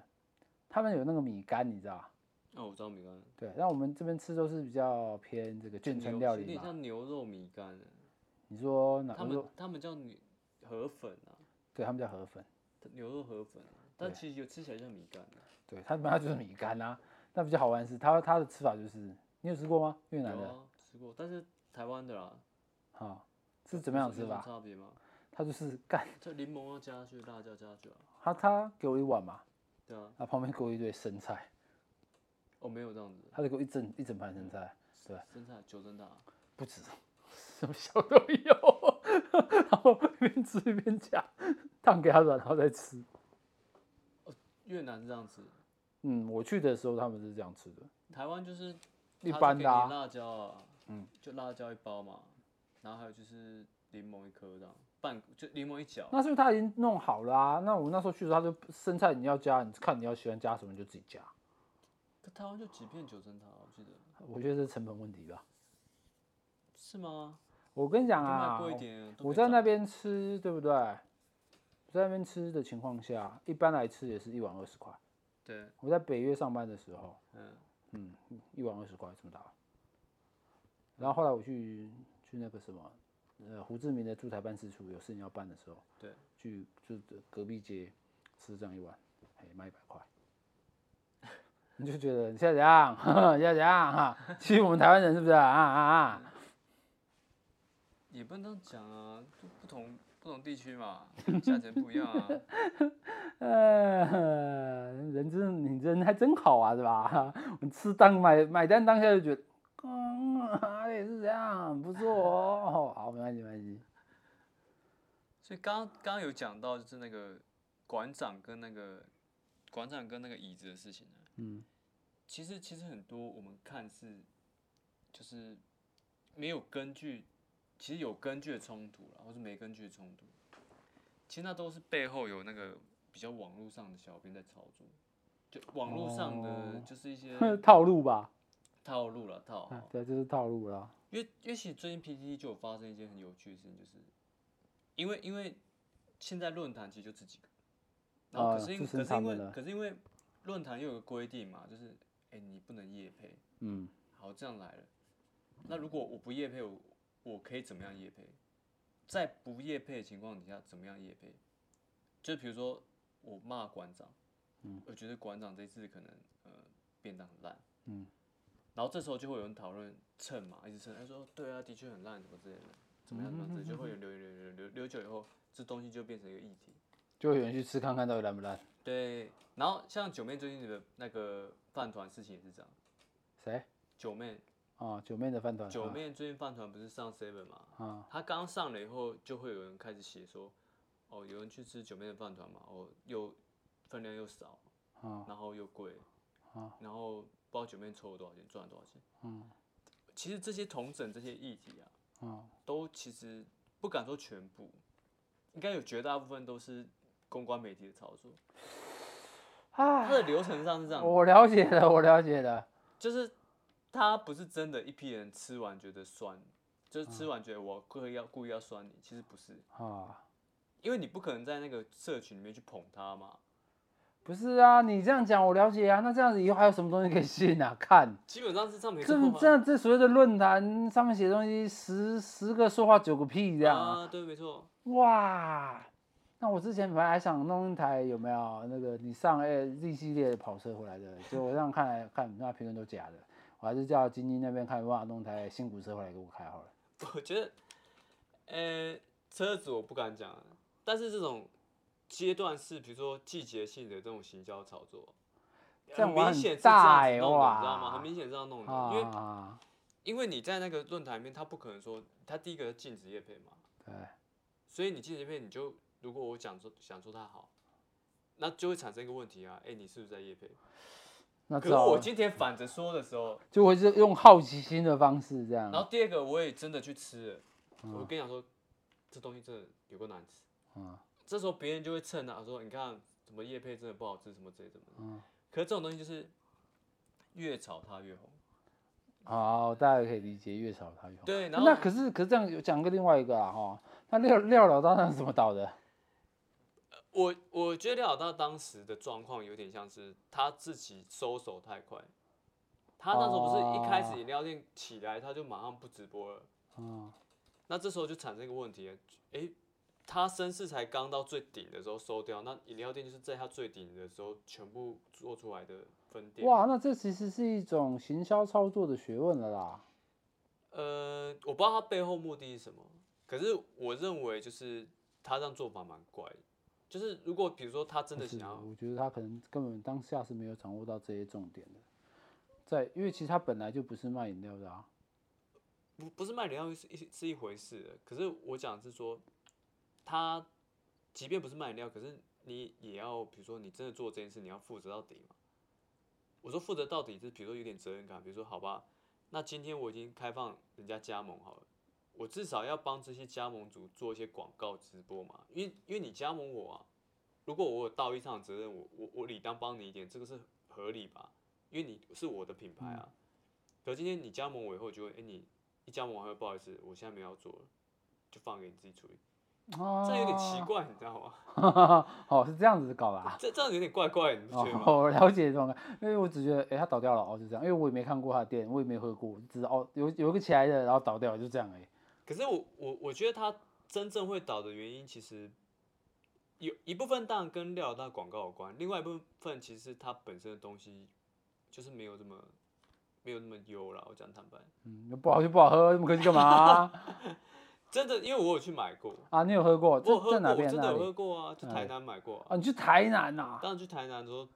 S2: 他们有那个米干，你知道吧？
S1: 哦，我知道米干，
S2: 对，那我们这边吃都是比较偏这个眷村
S1: 牛
S2: 料
S1: 有
S2: 理
S1: 点
S2: 嘛。
S1: 像牛肉米干，欸
S2: 你说哪？
S1: 他
S2: 我
S1: 们
S2: 说
S1: 他们叫牛河粉啊，
S2: 对他们叫河粉，
S1: 牛肉河粉啊，但其实有吃起来像米干啊，
S2: 对，它本来就是米干啊。那比较好玩的是，它它的吃法就是，你有吃过吗？越南
S1: 有
S2: 的
S1: 啊，吃过，但是台湾的啦，
S2: 啊、是怎么样
S1: 有什
S2: 吃
S1: 有什么
S2: 法？
S1: 差别吗？
S2: 它就是干，
S1: 这柠檬要加下去，辣椒加下去啊，
S2: 它它给我一碗嘛，
S1: 对啊，
S2: 那旁边给我一堆生菜，
S1: 哦，没有这样子，
S2: 它就给我一整一整盘生菜，对，
S1: 生菜九层塔，
S2: 不止，什么小都有，然后一边吃一边夹，烫给它软，然后再吃。
S1: 越南是这样吃，
S2: 嗯，我去的时候他们是这样吃的，
S1: 台湾就是它
S2: 一
S1: 就
S2: 般
S1: 给
S2: 的
S1: 你
S2: 啊
S1: 辣椒啊，嗯，就辣椒一包嘛，然后还有就是柠檬一颗这样，半就柠檬一角，
S2: 那是不是他已经弄好了啊？那我那时候去的时候，他就生菜你要加，你看你要喜欢加什么你就自己加。
S1: 可台湾就几片九层塔，我记得
S2: 我觉得这是成本问题吧。
S1: 是吗？
S2: 我跟你讲
S1: 就卖
S2: 啊，
S1: 贵一点，都
S2: 我
S1: 没
S2: 在
S1: 涨
S2: 那边吃，对不对？我在那边吃的情况下，一般来吃也是一碗二十块。
S1: 对，
S2: 我在北约上班的时候，
S1: 嗯，
S2: 嗯，一碗二十块这么大。然后后来我去去那个什么，呃，胡志明的驻台办事处有事情要办的时候，
S1: 对，
S2: 去就隔壁街吃这样一碗，哎，卖一百块， 你就觉得你现在怎样？ 现在怎样？ 哈，欺负我们台湾人是不是啊啊啊！
S1: 也不能这样讲啊，就不同不同地区嘛， 价钱不一样啊，
S2: 呃， 人真你人还真好啊，是吧？ 我吃当买买单当下就觉得，嗯，啊也是这样，不错哦。 好，没关系，没关系。
S1: 所以刚刚刚有讲到就是那个馆长跟那个馆长跟那个椅子的事情啊呢。
S2: 嗯，
S1: 其实其实很多我们看似就是没有根据，其实有根据的冲突啦，或是没根据的冲突，其实那都是背后有那个比较网络上的小编在操作，就网络上的
S2: 哦
S1: 就是一些
S2: 套路吧，
S1: 套路了套
S2: 啊
S1: 好。
S2: 对，就是套路啦。
S1: 因为因为其实最近 PTT 就有发生一件很有趣的事情，就是因为因为现在论坛其实就这几个，然后
S2: 啊
S1: 可是因、
S2: 就
S1: 可
S2: 剩
S1: 是
S2: 他
S1: 因
S2: 们
S1: 为
S2: 了
S1: 可是因为论坛又有个规定嘛，就是哎、你不能夜配，
S2: 嗯，
S1: 好这样来了，那如果我不夜配，我我可以怎么样夜配？在不夜配的情况底下，怎么样夜配？就比如说我骂馆长，嗯，我觉得馆长这次可能呃变得很烂，
S2: 嗯，
S1: 然后这时候就会有人讨论蹭嘛，一直蹭，他说对啊，的确很烂，怎么之类的，怎么样怎么样之类的，就会有留言留言留言留言留久以后，这东西就变成一个议题。
S2: 就会有人去吃看看到底烂不烂。
S1: 对，然后像九妹最近的那个饭团事情也是这样，
S2: 谁
S1: 九妹
S2: 啊？九妹的饭团。
S1: 九
S2: 啊
S1: 妹最近饭团不是上 seven 嘛，
S2: 啊，
S1: 他刚上了以后，就会有人开始写说，哦，有人去吃九妹的饭团嘛，哦，又分量又少，
S2: 啊
S1: 然后又贵，然后不知道九妹抽了多少钱，赚了多少钱。
S2: 嗯
S1: 其实这些同整这些议题啊，
S2: 啊
S1: 都其实不敢说全部，应该有绝大部分都是公关媒体的操作。它
S2: 啊！
S1: 的流程上是这样的，
S2: 我了解了，我了解了。
S1: 就是他不是真的一批人吃完觉得酸，就是吃完觉得我故意要故意要酸你，其实不是，
S2: 啊，
S1: 因为你不可能在那个社群里面去捧他嘛。
S2: 不是啊，你这样讲我了解啊。那这样子以后还有什么东西可以信啊？看，
S1: 基本上是这样没
S2: 这
S1: 错、啊。
S2: 这样这所谓的论坛上面写的东西，十十个说话九个屁这样啊。
S1: 啊，对，没错。
S2: 哇，那我之前本来还想弄一台有没有那个你上 A Z 系列的跑车回来的，结果这样看来看那评论都假的，我还是叫晶晶那边看有没有办法弄台新古车回来给我开好了。
S1: 我觉得，呃，车子我不敢讲啊，但是这种阶段式，比如说季节性的这种行销炒作，
S2: 这样
S1: 很明
S2: 玩很
S1: 显是这样
S2: 大欸
S1: 子弄的，你知道
S2: 哇
S1: 吗？很明显是这样弄的，嗯因为
S2: 啊，
S1: 因为你在那个论坛里面，他不可能说他第一个禁止业配嘛，
S2: 对，
S1: 所以你禁止业配，你就如果我讲说想说他好，那就会产生一个问题啊，哎、你是不是在业配？
S2: 那
S1: 可
S2: 只
S1: 是
S2: 好
S1: 我今天反着说的时候，
S2: 就我是用好奇心的方式这样
S1: 然。后第二个我也真的去吃了，我跟你讲说，这东西真的有够难吃。
S2: 嗯
S1: 这时候别人就会蹭啊，说你看什么叶配真的不好吃，什么之类什么的。
S2: 嗯
S1: 可是这种东西就是越炒它越红。
S2: 好，大家可以理解，越少他越好。
S1: 对，然后
S2: 哦那可是可是这样有讲个另外一个啊哈，那廖廖老大那是怎么倒的？
S1: 我我觉得廖老大当时的状况有点像是他自己收手太快。他那时候不是一开
S2: 哦
S1: 始饮料店起来，他就马上不直播了。
S2: 嗯
S1: 那这时候就产生一个问题，哎、他身世才刚到最顶的时候收掉，那饮料店就是在他最顶的时候全部做出来的分店。
S2: 哇，那这其实是一种行销操作的学问了啦。
S1: 呃，我不知道他背后目的是什么，可是我认为就是他这样做法蛮怪的。就是如果比如说他真的
S2: 哦是
S1: 想
S2: 的
S1: 要，
S2: 我觉得他可能根本当下是没有掌握到这些重点的，在因为其实他本来就不是卖饮料的啊。
S1: 不不是卖饮料是一是一回事的，可是我讲的是说，他即便不是卖饮料，可是你也要比如说你真的做这件事，你要负责到底嘛。我说负责到底是比如说有点责任感，比如说好吧，那今天我已经开放人家加盟好了，我至少要帮这些加盟主做一些广告直播嘛，因为因为你加盟我啊，如果我有道义上的责任，我我我理当帮你一点，这个是合理吧？因为你是我的品牌啊。可是今天你加盟我以后，就会哎、你一加盟完后，不好意思，我现在没有要做了，就放给你自己处理，
S2: 啊，
S1: 这样有点奇怪，你知道吗？
S2: 哦，是这样子搞的啊。
S1: 这这样有点怪怪，你不觉得吗？
S2: 哦，我了解这种感，因为我只觉得，哎、他倒掉了，哦，就这样，因为我也没看过他的店，我也没喝过，我只是哦，有有一个起来的，然后倒掉了，就这样而已。
S1: 可是我我我觉得他真正会倒的原因，其实有一部分当然跟廖老大广告有关，另外一部分其实是他本身的东西就是没有这么没有那么优啦。我讲坦白，
S2: 嗯，不好就不好喝，那么客气干嘛啊、
S1: 真的，因为我有去买过，
S2: 啊你有喝过？
S1: 我有
S2: 这
S1: 喝过，
S2: 在哪
S1: 我
S2: 边？
S1: 真
S2: 哪
S1: 的有
S2: 里？
S1: 喝过啊，去
S2: 哪
S1: 台
S2: 里
S1: 南买过啊。
S2: 啊，你去台南呐、
S1: 当然去台南的时候，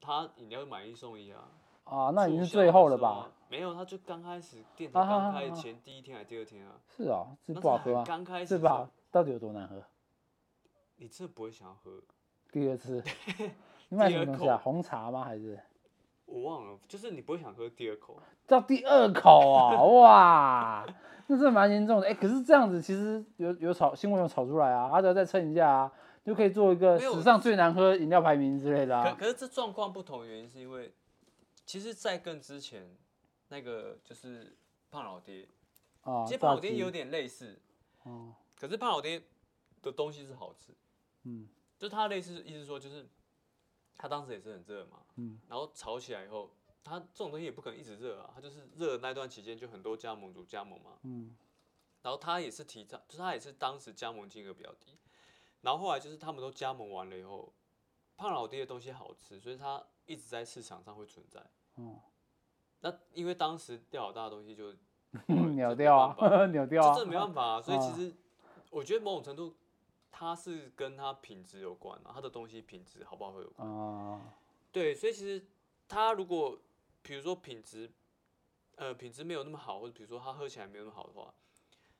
S1: 他饮料买一送一啊。
S2: 啊？那已经
S1: 促
S2: 是
S1: 销
S2: 最
S1: 的
S2: 后
S1: 时
S2: 了
S1: 候
S2: 吧
S1: 啊？？没有，他就刚开始店
S2: 啊
S1: 头
S2: 哈哈
S1: 刚开
S2: 哈
S1: 前第一天还是第二天啊，
S2: 是哦，是
S1: 那
S2: 不好喝
S1: 是很
S2: 啊？
S1: 刚开始
S2: 是
S1: 的时候
S2: 吧？？到底有多难喝？
S1: 你真的不会想要喝，
S2: 第 二次，你买
S1: 第
S2: 什么
S1: 二
S2: 东西啊？
S1: 口
S2: 红茶吗？还是
S1: 我忘了，就是你不会想喝第二口。
S2: 到第二 口啊？哇，那这蛮严重的。哎、可是这样子其实有有炒新闻有炒出来啊，阿德再称一下啊，就可以做一个
S1: 没有
S2: 史上最难喝饮料排名之类的
S1: 可
S2: 啊。
S1: 可是这状况不同，原因是因为，其实，在更之前，那个就是胖老爹，
S2: 啊，
S1: 其实胖
S2: 炸
S1: 老爹
S2: 鸡
S1: 有点类似，
S2: 哦
S1: 可是胖老爹的东西是好吃，嗯，就他类似意思说，就是他当时也是很热嘛，嗯，然后吵起来以后，他这种东西也不可能一直热啊，他就是热的那段期间就很多加盟主加盟嘛，嗯，然后他也是提倡，就是他也是当时加盟金额比较低，然后后来就是他们都加盟完了以后，胖老爹的东西好吃，所以他一直在市场上会存在，
S2: 嗯，
S1: 那因为当时钓老大的东西就
S2: 嗯 鸟掉啊， 鸟掉
S1: 就
S2: 啊
S1: 真的，没办法、啊。所以其实我觉得某种程度，它是跟它品质有关啊，它的东西品质好不好会有。
S2: 啊，
S1: 对，所以其实它如果比如说品质，呃，品质没有那么好，或者比如说它喝起来没有那么好的话，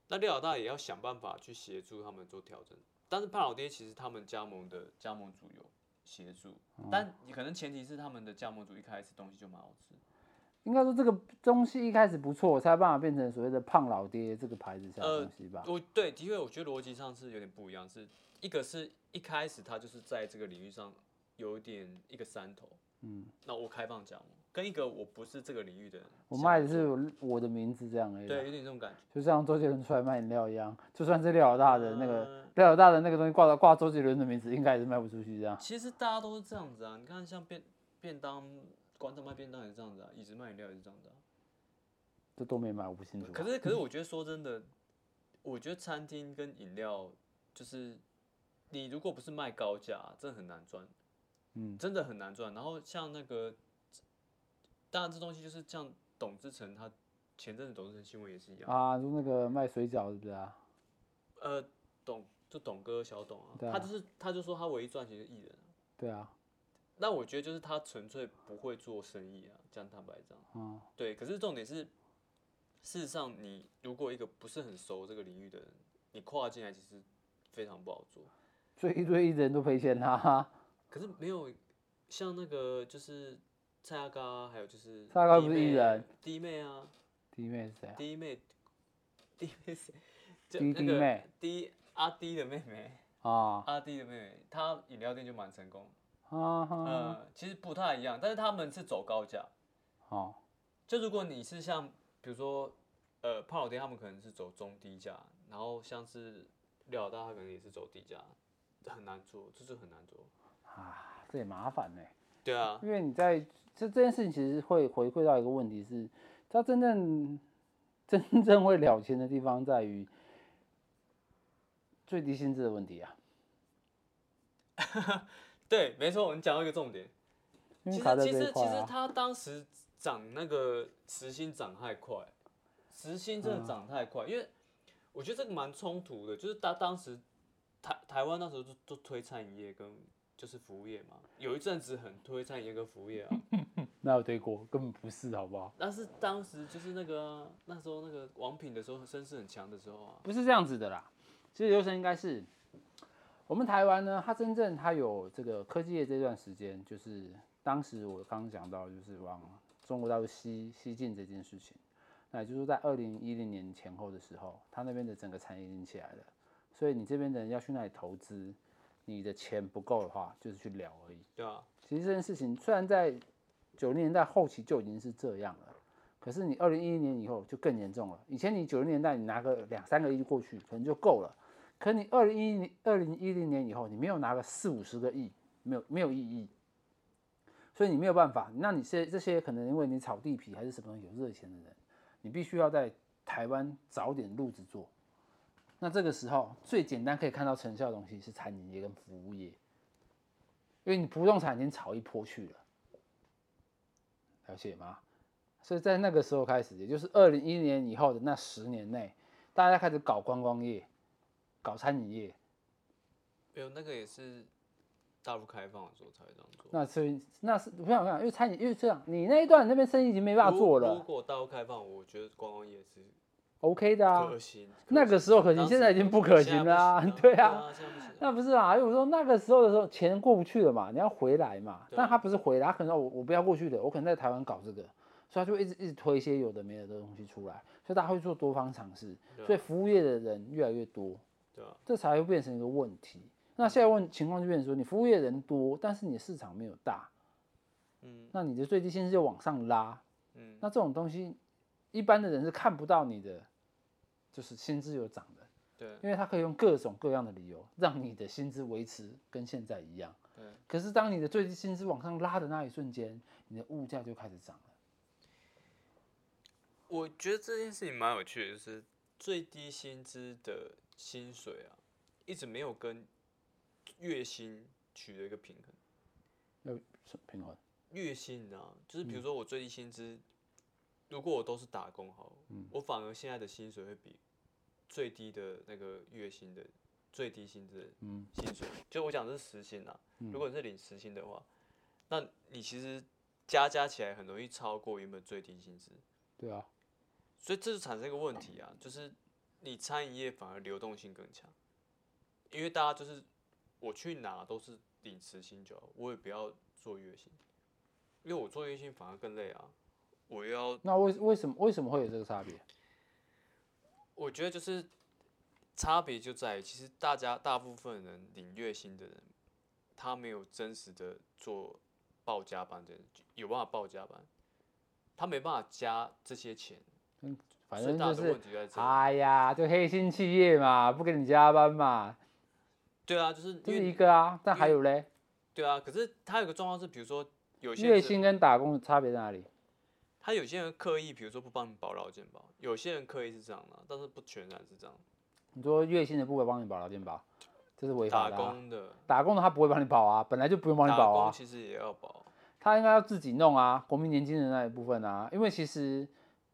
S1: 那廖老大也要想办法去协助他们做调整。但是胖老爹其实他们加盟的加盟主有协助，
S2: 哦
S1: 但可能前提是他们的加盟主一开始东西就蛮好吃。
S2: 应该说这个东西一开始不错，才有办法变成所谓的胖老爹这个牌子下的
S1: 呃
S2: 东西吧。
S1: 我对，的确，我觉得逻辑上是有点不一样，是一个是一开始他就是在这个领域上有点一个山头，
S2: 嗯，
S1: 那我开放讲，跟一个我不是这个领域的人讲，
S2: 我卖的是我我的名字这样而已啦，
S1: 对，有点这种感觉。
S2: 就像周杰伦出来卖饮料一样，就算是廖老大的那个
S1: 嗯
S2: 廖老大的那个东西挂到挂周杰伦的名字，应该也是卖不出去这样。
S1: 其实大家都是这样子啊，你看像便便当，馆长卖便当也是这样子啊，椅子卖饮料也是这样子啊。
S2: 这都没买，我不清楚啊。
S1: 可是可是我觉得说真的，我觉得餐厅跟饮料就是你如果不是卖高价，真的很难赚，
S2: 嗯，
S1: 真的很难赚。然后像那个，当然这东西就是像董志成他前阵子董志成新闻也是一样，
S2: 啊，就那个卖水饺是不是啊？
S1: 呃，董就董哥小董啊，
S2: 对啊
S1: 他就是他就说他唯一赚钱的艺人啊、
S2: 对啊，
S1: 那我觉得就是他纯粹不会做生意啊，这样坦白讲。
S2: 嗯，
S1: 对，可是重点是，事实上你如果一个不是很熟这个领域的人，你跨进来其实非常不好做。
S2: 所以一堆艺人都赔钱啦、哈。
S1: 可是没有像那个就是蔡阿嘎，还有就是
S2: 蔡阿嘎
S1: 弟
S2: 不是艺
S1: 妹
S2: 人，
S1: 弟妹啊，
S2: 弟妹是谁啊？
S1: 弟妹，弟妹谁？就
S2: 弟
S1: 那
S2: 弟
S1: 个
S2: 妹
S1: 弟阿弟的妹妹，
S2: 啊
S1: 阿弟的妹妹，她饮料店就蛮成功。
S2: 啊哈，
S1: 呃，其实不太一样，但是他们是走高价。
S2: 哦，
S1: 就如果你是像比如说呃胖老爹他们可能是走中低价，然后像是廖老大他可能也是走低价，很难做，这就很难做。
S2: 啊，这也麻烦呢、
S1: 对啊，
S2: 因为你在这这件事情其实会回馈到一个问题是，它真正真正会了钱的地方在于最低薪资的问题啊。
S1: 对，没错，你讲到一个重点。
S2: 因
S1: 其实
S2: 为嗯卡在
S1: 其
S2: 这一
S1: 实其
S2: 块
S1: 实
S2: 啊，
S1: 他当时涨那个时薪涨太快，时薪
S2: 嗯
S1: 真的涨太快，因为我觉得这个蛮冲突的，就是他当时台台湾那时候就就推餐饮业跟就是服务业嘛，有一阵子很推餐饮业跟服务业啊，
S2: 那有对过，根本不是，好不好？
S1: 但是当时就是那个啊、那时候那个王品的时候声势很强的时候啊，
S2: 不是这样子的啦。其实流程应该是，我们台湾呢，它真正它有这个科技业这段时间，就是当时我刚刚讲到，就是往中国大陆西西进这件事情。那也就是说，在二零一零年前后的时候，它那边的整个产业已经起来了，所以你这边的人要去那里投资，你的钱不够的话，就是去聊而已。
S1: 对啊，
S2: 其实这件事情虽然在九零年代后期就已经是这样了，可是你二零一一年以后就更严重了。以前你九零年代你拿个两三个亿过去可能就够了，可你二零一零二零一零年以后你没有拿个四五十个亿，没有没有意义。所以你没有办法，那你这这些可能因为你炒地皮还是什么有热钱的人，你必须要在台湾找点路子做。那这个时候最简单可以看到成效的东西是餐饮业跟服务业，因为你不动产已经炒一波去了，了解吗？所以在那个时候开始，也就是二零一零年以后的那十年内，大家开始搞观光业、搞餐饮业，
S1: 没有那个也是大陆开放的时候才会这样做。
S2: 那是那是不想想，因为餐饮因为这样，你那一段那边生意已经没办法
S1: 如
S2: 做
S1: 如
S2: 了
S1: 果大陆开放，我觉得观光业是
S2: ，OK 的啊
S1: 可。行。
S2: 那个时候可行
S1: 当
S2: 现在已
S1: 时
S2: 经不可
S1: 现在
S2: 行
S1: 不
S2: 了啊
S1: 行
S2: 对
S1: 对
S2: 啊
S1: 现在不行
S2: 那不是啊，因为我说那个时候的时候，钱过不去了嘛，你要回来嘛。
S1: 对
S2: 但他不是回来，他可能说我我不要过去的，我可能在台湾搞这个，所以他就一直一直推一些有的没的东西出来，所以大家会做多方尝试，所以服务业的人越来越多，
S1: 对啊，
S2: 这才会变成一个问题。那现在问情况就变成说，你服务业人多，但是你的市场没有大，
S1: 嗯
S2: 那你的最低薪资就往上拉，
S1: 嗯，
S2: 那这种东西一般的人是看不到你的，就是薪资有涨的，
S1: 对
S2: 因为它可以用各种各样的理由让你的薪资维持跟现在一样。
S1: 对，
S2: 可是当你的最低薪资往上拉的那一瞬间，你的物价就开始涨了。
S1: 我觉得这件事情蛮有趣的，就是最低薪资的薪水啊，一直没有跟月薪取得一个平衡。
S2: 是平衡，
S1: 月薪啊，就是比如说我最低薪资，如果我都是打工好了，我反而现在的薪水会比最低的那个月薪的最低薪资的
S2: 嗯
S1: 薪水，就我讲的是时薪啊，如果你是领时薪的话，那你其实加加起来很容易超过原本最低薪资，
S2: 对啊，
S1: 所以这就产生一个问题啊，就是你餐饮业反而流动性更强，因为大家就是我去哪都是领时薪就好，我也不要做月薪，因为我做月薪反而更累啊。我要，
S2: 那为为什么为什么会有这个差别？
S1: 我觉得就是差别就在于，其实大家大部分人领月薪的人，他没有真实的做报加班的人，有办法报加班，他没办法加这些钱，
S2: 反
S1: 最
S2: 正
S1: 大的
S2: 就是
S1: 问，题就在这里。
S2: 哎呀，就黑心企业嘛，不给你加班嘛，
S1: 对啊，就是
S2: 这
S1: 因为
S2: 是
S1: 你
S2: 一个啊。但
S1: 因
S2: 还有嘞，
S1: 对啊，可是他有个状况是，比如说有些
S2: 月
S1: 人
S2: 薪跟打工的差别在哪里？
S1: 他有些人刻意，比如说不帮你保劳健保，有些人刻意是这样的、但是不全然是这样。
S2: 你说月薪的不会帮你保劳健保，这是违法
S1: 打
S2: 的、啊。
S1: 工的，
S2: 打工的他不会帮你保啊，本来就不用帮你
S1: 打
S2: 保啊
S1: 工。其实也要保，
S2: 他应该要自己弄啊，国民年金的那一部分啊，因为其实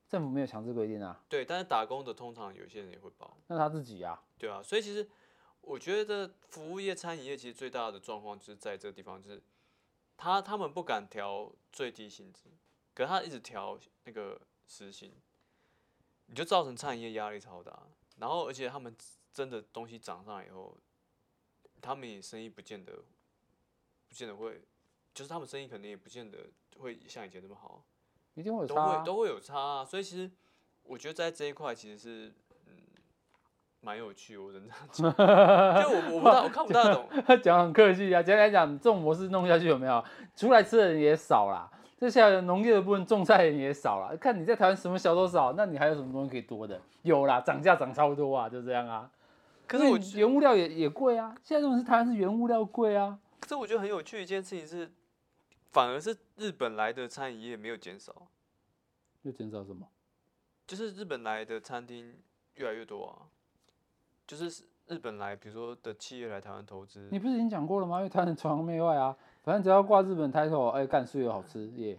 S2: 政府没有强制规定啊，
S1: 对，但是打工的通常有些人也会保，
S2: 那他自己啊，
S1: 对啊，所以其实我觉得服务业、餐饮业其实最大的状况就是在这个地方，就是他他们不敢调最低薪资，可是他一直调那个时薪，你就造成餐饮业压力超大，然后而且他们真的东西涨上来以后，他们也生意不见得，不见得会，就是他们生意肯定也不见得会像以前那么好，
S2: 一定会有
S1: 都
S2: 差、
S1: 会
S2: 啊。
S1: 都会有差啊。所以其实我觉得在这一块其实是嗯蛮有趣，我只能这样讲，因为我我不大我看不大懂，
S2: 他 讲很客气啊，简单来讲，这种模式弄下去有没有？出来吃的人也少啦，这下农业的部分种菜的人也少啦。看你在台湾什么小都少，那你还有什么东西可以多的？有啦，涨价涨超多啊，就这样啊。
S1: 可是
S2: 因
S1: 我
S2: 为原物料也也贵啊，现在这种是台湾是原物料贵啊，
S1: 可是我觉得很有趣的一件事情是，反而是日本来的餐饮业没有减少，
S2: 又减少什么？
S1: 就是日本来的餐厅越来越多啊，就是日本来比如说的企业来台湾投资
S2: 你，不是已经讲过了吗？因为台湾人崇洋媚外啊，反正只要挂日本抬头，哎、干素又好吃耶。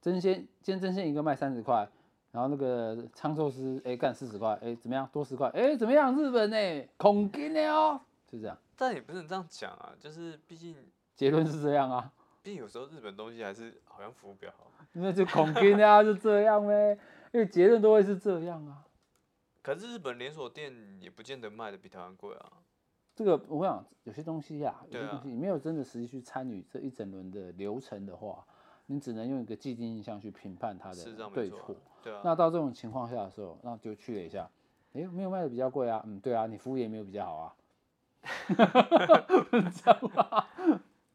S2: 真鲜，今天真鲜一个卖三十块，然后那个长寿司，哎、干四十块，哎、怎么样？多十块，哎、怎么样？日本呢、恐惊的哦，就这样。
S1: 但也不能这样讲啊，就是毕竟
S2: 结论是这样啊，
S1: 毕竟有时候日本东西还是好像服务比较好，
S2: 那就恐惊的啊，就这样呗。因为结论都会是这样啊。
S1: 可是日本连锁店也不见得卖的比台湾贵啊。
S2: 这个我想有些东西呀、有
S1: 对
S2: 些
S1: 啊
S2: 东西你没有真的实际去参与这一整轮的流程的话，你只能用一个既定印象去评判它
S1: 是这样
S2: 的
S1: 没
S2: 对
S1: 错啊
S2: 错。，
S1: 对啊，
S2: 那到这种情况下的时候，那就去了一下，哎、没有卖的比较贵啊，嗯，对啊，你服务也没有比较好啊，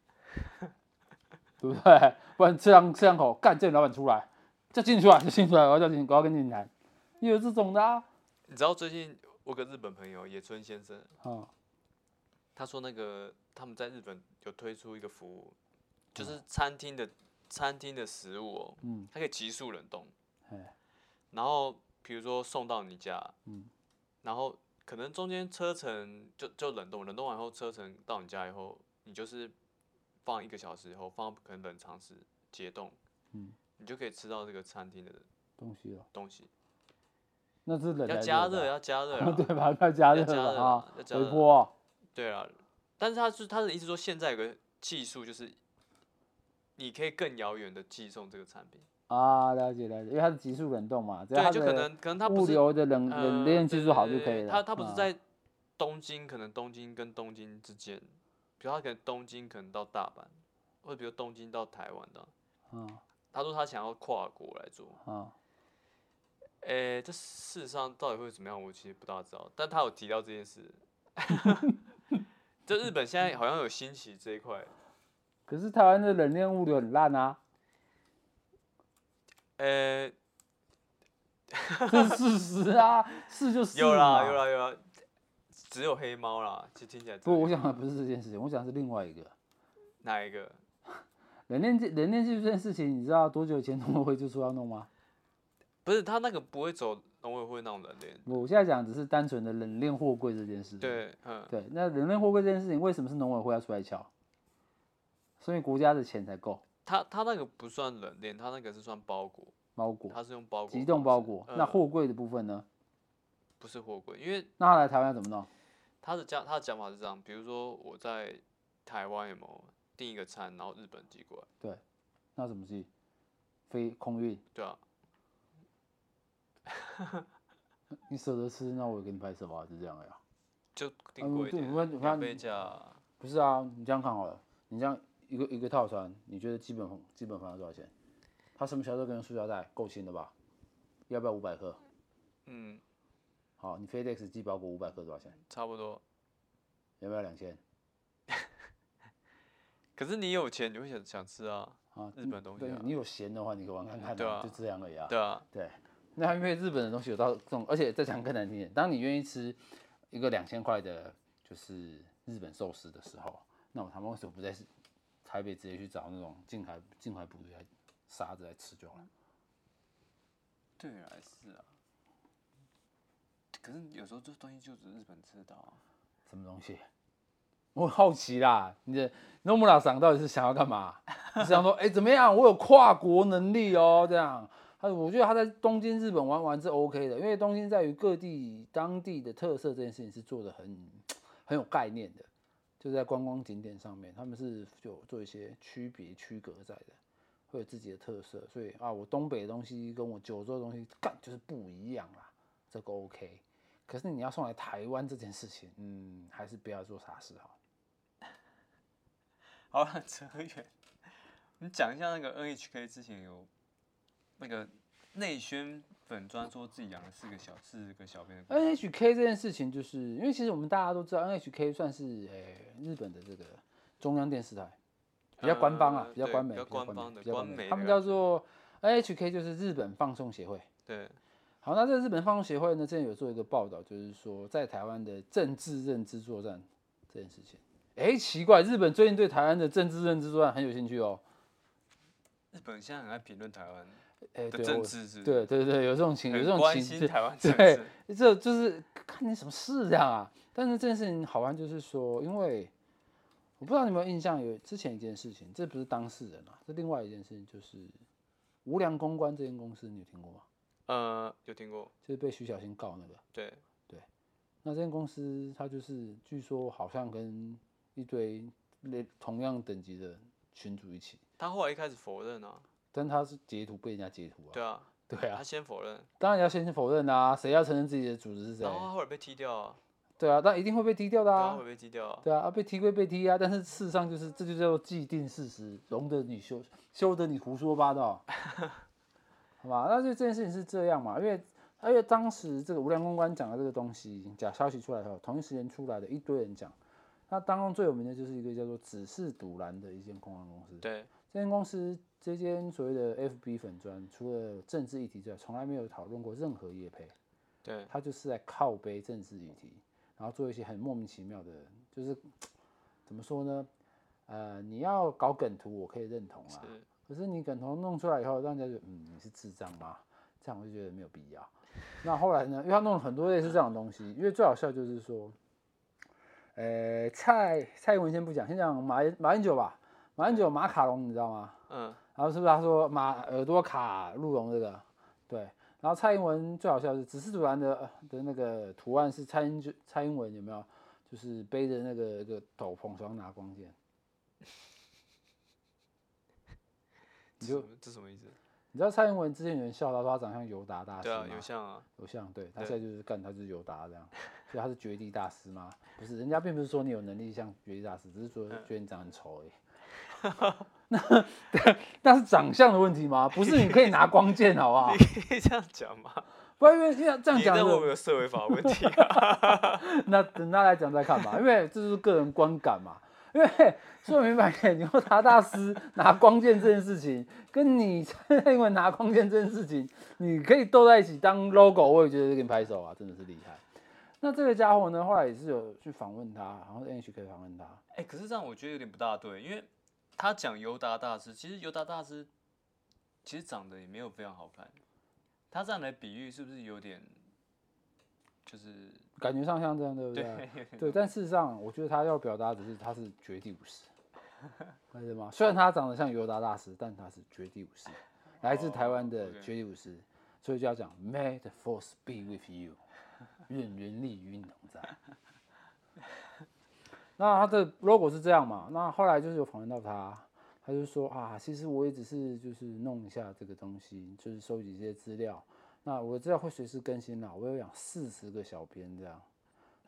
S2: 不是这样吧？对不对？不然吃两吃两口，干叫你老板出来，叫进去啊，叫进去啊，我要叫进，我要跟进来，也有这种的啊，
S1: 你知道最近我有个日本朋友野村先生，
S2: 嗯，
S1: 他说那个他们在日本有推出一个服务，就是餐厅的餐厅的食物哦，
S2: 嗯
S1: 它可以急速冷冻
S2: 嘿，
S1: 然后比如说送到你家，
S2: 嗯
S1: 然后可能中间车程就就冷冻，冷冻完后车程到你家以后，你就是放一个小时以后放可能冷藏室解冻，
S2: 嗯
S1: 你就可以吃到这个餐厅的
S2: 东西哦，
S1: 东西，
S2: 那是冷
S1: 要
S2: 的
S1: 加热，要加热啊，
S2: 对吧？要加热
S1: 要加热
S2: 了啊
S1: 啊，要加
S2: 微
S1: 热
S2: 波哦、
S1: 对啊，但是他是他的意思说，现在有个技术就是，你可以更遥远的寄送这个产品。
S2: 啊，了解了解，因为它是急速冷冻嘛，只要它
S1: 对，就可
S2: 的
S1: 能可能他不
S2: 物
S1: 是
S2: 流的冷冷
S1: 呃
S2: 链技术好就
S1: 对对
S2: 可以
S1: 对
S2: 了。
S1: 他他不是
S2: 嗯
S1: 在东京，可能东京跟东京之间，比如他可能东京可能到大阪，或者比如东京到台湾的。
S2: 嗯
S1: 他说他想要跨国来做，
S2: 嗯，
S1: 诶、这事实上到底会怎么样，我其实不大知道。但他有提到这件 事， 就日本现在好像有兴起这一块，
S2: 可是台湾的冷链物流很烂啊，
S1: 呃、
S2: 这是事实啊，是就是
S1: 有啦
S2: 嘛
S1: 有啦有啦，只有黑猫啦，其实听起来
S2: 不，我想的不是这件事情，我想的是另外一个
S1: 哪一个？
S2: 冷链技冷链技术这件事情，你知道多久以前农委会就说要弄吗？
S1: 不是他那个不会走农委会那种人脸，
S2: 我现在讲只是单纯的冷链货柜这件事情。
S1: 对，嗯，
S2: 对，那冷链货柜这件事情为什么是农委会要出来敲？所以国家的钱才够，
S1: 他他那个不算冷链，他那个是算包裹，
S2: 包裹、
S1: 他是用包裹
S2: 急冻
S1: 方
S2: 包
S1: 式
S2: 裹。
S1: 嗯
S2: 那货柜的部分呢？
S1: 不是货柜，因为
S2: 那他来台湾要怎么弄？
S1: 他的讲他的讲法是这样，比如说我在台湾有没有订一个餐，然后日本寄过来，
S2: 那怎么去？飞空运？
S1: 对啊，
S2: 你舍得吃，那我也给你拍手啊，就这样呀、
S1: 就
S2: 啊
S1: 订贵一
S2: 对
S1: 点
S2: 我看，
S1: 两
S2: 我
S1: 倍
S2: 看
S1: 价。
S2: 不是啊，你这样看好了，你这样一个一个套餐，你觉得基本基本方要多少钱？它什么小时候跟塑胶袋够轻的吧？要不要五百克？
S1: 嗯，
S2: 好，你 FedEx 寄包裹五百克多少钱？
S1: 差不多。
S2: 要不要两千？
S1: 可是你有钱，你会想想吃啊，
S2: 啊，
S1: 日本东西
S2: 对
S1: 啊
S2: 你有闲的话，你可以玩看看、
S1: 对啊
S2: 就这样而已啊。
S1: 对啊，
S2: 对，那因为日本的东西有到这种，而且再讲更难听点，当你愿意吃一个两千块的，就是日本寿司的时候，那我他们为什么不在台北直接去找那种近海近海捕鱼来杀着来吃就好了？
S1: 对啊，是啊。可是有时候这东西就只日本吃得到、啊，
S2: 什么东西？ 我很好奇啦，你的诺姆拉桑到底是想要干嘛？ 你是想说，哎、怎么样？我有跨国能力哦，这样。他我觉得他在东京、日本玩玩是 OK 的，因为东京在于各地当地的特色这件事情是做的很很有概念的，就在观光景点上面，他们是有做一些区别区隔在的，会有自己的特色。所以啊，我东北的东西跟我九州的东西干就是不一样啦，这个 OK。可是你要送来台湾这件事情，嗯，还是不要做傻事好。
S1: 好了，扯远。你讲一下那个 NHK 之前有那个内宣粉专说自己养了四个小四个小编的公
S2: 哎
S1: 司，
S2: NHK 这件事情，就是因为其实我们大家都知道，NHK 算是诶、日本的这个中央电视台，比较官方啊，
S1: 呃
S2: 比较
S1: 对
S2: 官媒，
S1: 比较
S2: 比较
S1: 官方的
S2: 比较官
S1: 官媒
S2: 他
S1: 的感
S2: 们叫做 NHK，就是日本放送协会。
S1: 对，
S2: 好，那这个日本放送协会呢，之前有做一个报道，就是说在台湾的政治认知作战这件事情。诶，奇怪，日本最近对台湾的政治认知作战很有兴趣哦。
S1: 日本人现在很爱评论台湾的
S2: 诶，哎对，
S1: 政
S2: 我
S1: 治是，，
S2: 对对对，有这种情，有这
S1: 很
S2: 种
S1: 关
S2: 情
S1: 心
S2: 绪
S1: 台湾政
S2: 对
S1: 治，，
S2: 这就是看你什么事这样啊。但是这件事情好玩，就是说，因为我不知道你有没有印象，有之前一件事情，这不是当事人啊，这另外一件事情就是无良公关这间公司，你有听过吗？
S1: 呃，有听过，
S2: 就是被徐小新告那个。
S1: 对，
S2: 那这间公司它就是据说好像跟一堆类同样等级的群主一起，
S1: 他后来一开始否认啊，
S2: 但他是截图被人家截图啊。
S1: 对啊，
S2: 对啊，
S1: 他先否认，
S2: 当然你要先否认啊，谁要承认自己的组织是谁
S1: 然？后他后来被踢掉啊，
S2: 对啊，但一定会被踢掉的
S1: 对
S2: 啊。
S1: 啊，会被踢掉啊，
S2: 对啊，啊被踢归被踢啊，但是事实上就是这就叫做既定事实，容得你休，休得你胡说八道，好吧？那就这件事情是这样嘛，因为因为当时这个无良公关讲的这个东西，假消息出来后，同一时间出来的一堆人讲，那当中最有名的就是一个叫做只是堵拦的一间公关公司，
S1: 对，
S2: 这间公司这间所谓的 FB 粉砖，除了政治议题之外，从来没有讨论过任何业配。
S1: 对，
S2: 他就是在靠背政治议题，然后做一些很莫名其妙的，就是怎么说呢？呃，你要搞梗图，我可以认同啊。
S1: 是，
S2: 可是你梗图弄出来以后，让人家就嗯，你是智障吗？这样我就觉得没有必要。那后来呢？因为他弄了很多类似这样的东西，因为最好笑就是说，呃，蔡蔡英文先不讲，先讲马英马英九吧。马英九有马卡龙，你知道吗？
S1: 嗯，
S2: 然后是不是他说马耳朵卡鹿茸这个？对，然后蔡英文最好笑的是，只是主栏的呃的那个图案是蔡英蔡英文有没有？就是背着那个一个斗篷，手上拿光剑，
S1: 这
S2: 你
S1: 什
S2: 就
S1: 么这什么意思？
S2: 你知道蔡英文之前有人笑他说他长得像尤达大师
S1: 对
S2: 吗
S1: 啊，？有像啊，
S2: 有像，对他
S1: 对
S2: 现在就是干，他就是尤达这样，所以他是绝地大师吗？不是，人家并不是说你有能力像绝地大师，只是说
S1: 嗯
S2: 觉得你长得很丑而已。 那那是长相的问题吗？不是，你可以拿光剑好不好？
S1: 你可以这样讲 吗？
S2: 不然因为这样这样
S1: 你
S2: 讲
S1: 那
S2: 的
S1: 会不会有社会法问题啊？
S2: 那等他来讲再看吧，因为这就是个人观感嘛。因为说明白点，你要达大师拿光剑这件事情，跟你蔡英文拿光剑这件事情，你可以斗在一起当 logo，我也觉得给你拍手啊，真的是厉害。那这个家伙呢，后来也是有去访问他，然后 NHK 访问他，
S1: 哎、可是这样我觉得有点不大对，因为他讲尤达大师，其实尤达大师其实长得也没有非常好看，他这样来比喻是不是有点就是
S2: 感觉上像这样，对不对？
S1: 啊
S2: 对，但事实上，我觉得他要表达的是他是绝地武 士，还是吗？虽然他长得像尤达大师，但他是绝地武士，来自台湾
S1: 哦
S2: 的
S1: ，OK
S2: 绝地武士，所以就要讲 May the force be with you，愿人力与你同 在。那他的 logo 是这样嘛？那后来就是有访问到他，他就说啊，其实我也只是就是弄一下这个东西，就是收集一些资料。那我的资料会随时更新啦，我有养四十个小编这样。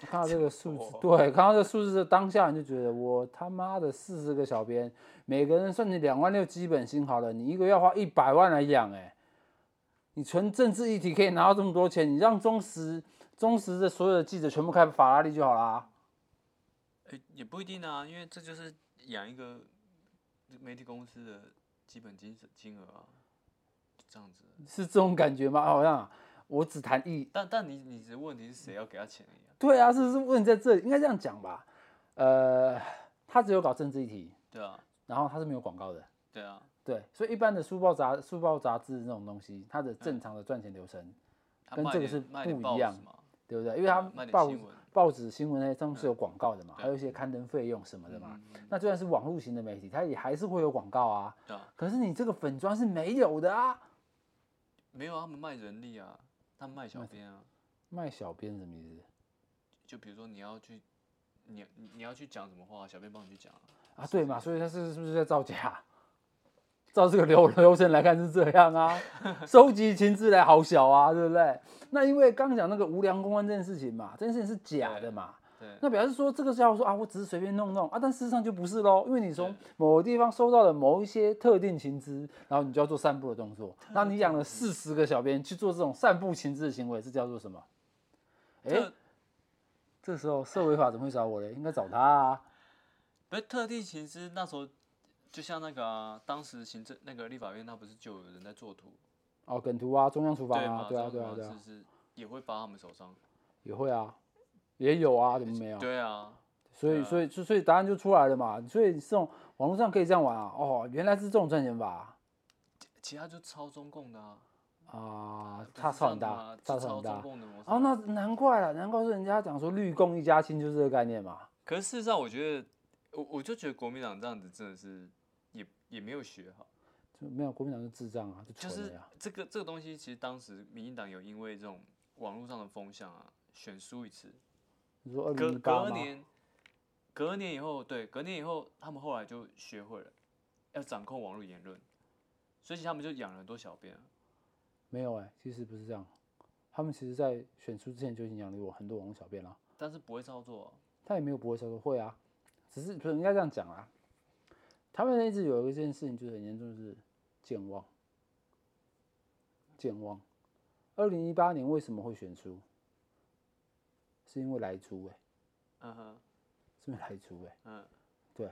S2: 那看到这个数字，对，看到这个数字的当下，你就觉得我他妈的四十个小编，每个人算你两万六基本薪好了，你一个月要花一百万来养，哎，你纯政治议题可以拿到这么多钱，你让中时中时的所有的记者全部开法拉利就好啦。
S1: 哎、也不一定啊，因为这就是养一个媒体公司的基本金金额啊，就这样子。
S2: 是这种感觉吗？好像我只谈一
S1: 但但你你的问题是谁要给他钱而已啊？
S2: 对啊，是不是问题在这里，应该这样讲吧。呃，他只有搞政治议题，
S1: 对啊，
S2: 然后他是没有广告的，
S1: 对啊，
S2: 对，所以一般的书报杂书报杂志这种东西，它的正常的赚钱流程，
S1: 他
S2: 跟
S1: 卖
S2: 这个
S1: 点
S2: 是
S1: 卖点
S2: 不一
S1: 报纸
S2: 样
S1: 嘛，
S2: 对不对？因为它
S1: 嗯卖点
S2: 报
S1: 新闻嗯
S2: 报纸新闻那些东西有广告的嘛，还有一些刊登费用什么的嘛。那就算是网络型的媒体，它也还是会有广告啊。
S1: 对啊，
S2: 可是你这个粉砖是没有的啊。
S1: 没有啊，他们卖人力啊，他们卖小编啊，
S2: 卖小编什么意思
S1: 就比如说你要去，你你你要去讲什么话，小编帮你去讲啊。
S2: 啊？对嘛，所以他是是不是在造假？ 照这个流流程来看是这样啊，收集情资来好小啊，对不对？那因为刚刚讲那个无良公关这件事情嘛，这件事情是假的嘛，
S1: 对
S2: 那表示说这个家伙说啊，我只是随便弄弄啊，但事实上就不是喽，因为你从某个地方收到了某一些特定情资，然后你就要做散布的动作。那你养了四十个小编去做这种散布情资的行为，是叫做什么？哎、
S1: 特
S2: 这时候社会法怎么会找我嘞？应该找他啊。
S1: 不是特地情资，那时候就像那个啊、当时行政那个立法院，他不是就有人在做图，
S2: 哦，梗图啊，中央厨房
S1: 对
S2: 啊
S1: 吗，？
S2: 对啊，
S1: 这
S2: 对
S1: 样
S2: 啊，
S1: 子
S2: 对
S1: 嘛
S2: 啊，
S1: 是不是也会扒他们手上？
S2: 也会啊，也有啊，怎么没有？
S1: 对啊，
S2: 所以，所以，所以所以答案就出来了嘛。所以这种网络上可以这样玩啊。哦，原来是这种赚钱法
S1: 其他就抄中共的啊，
S2: 啊，
S1: 不
S2: 差
S1: 是
S2: 差
S1: 这样
S2: 很
S1: 的
S2: 大
S1: 吗，
S2: 差
S1: 就
S2: 差
S1: 抄
S2: 很大
S1: 中。共的模式啊
S2: 哦，那难怪了，难怪说人家讲说绿共一家亲就是这个概念嘛。
S1: 可是事实上，我觉得我我就觉得国民党这样子真的是也也没有学好，
S2: 就没有国民党是智障啊，就
S1: 就
S2: 蠢了
S1: 是
S2: 呀。
S1: 这个这个东西，其实当时民进党有因为这种网络上的风向啊，选输一次，
S2: 你说二零
S1: 隔
S2: 一八
S1: 隔
S2: 吗？
S1: 年，隔年以后，对，隔年以后，他们后来就学会了要掌控网络言论，所以其实他们就养了很多小编啊。
S2: 没有哎、其实不是这样，他们其实在选出之前就已经养了我很多网络小编了，
S1: 但是不会操作啊、
S2: 他也没有不会操作会啊，只是不是应该这样讲啊。他们一直有一件事情就是很严重，就是健忘，健忘。二零一八年为什么会选出？是因为来猪哎、
S1: 嗯哼，
S2: 是因为来猪哎、
S1: 嗯，
S2: 对，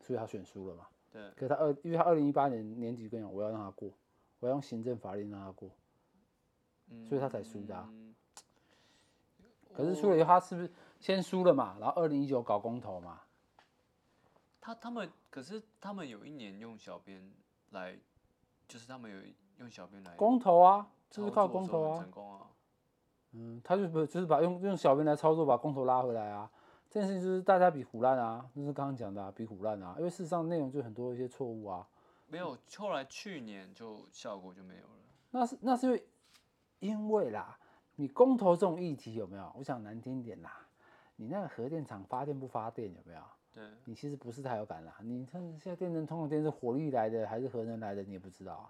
S2: 所以他选输了嘛。
S1: 对，
S2: 可是他二，因为他二零一八年年底跟你讲，我要让他过，我要用行政法令让他过，
S1: 嗯，
S2: 所以他才输的啊
S1: 嗯
S2: 可是输了以后，他是不是先输了嘛？然后二零一九搞公投嘛？
S1: 他他们可是他们有一年用小编来，就是他们有用小编来
S2: 公投啊，就
S1: 操
S2: 是靠
S1: 作的
S2: 公
S1: 时候很
S2: 投啊
S1: 成。功啊。
S2: 嗯，他就不就是把用用小编来操作，把公投拉回来啊。这件事情就是大家比胡乱啊，就是刚刚讲的、啊、比胡乱啊，因为事实上内容就很多一些错误啊。
S1: 没有，后来去年就效果就没有了。
S2: 那是那是因为因为啦，你公投这种议题有没有？我想难听一点啦，你那个核电厂发电不发电有没有？
S1: 对，
S2: 你其实不是太有感啦，你看现在电能通的电是火力来的还是核能来的，你也不知道啊。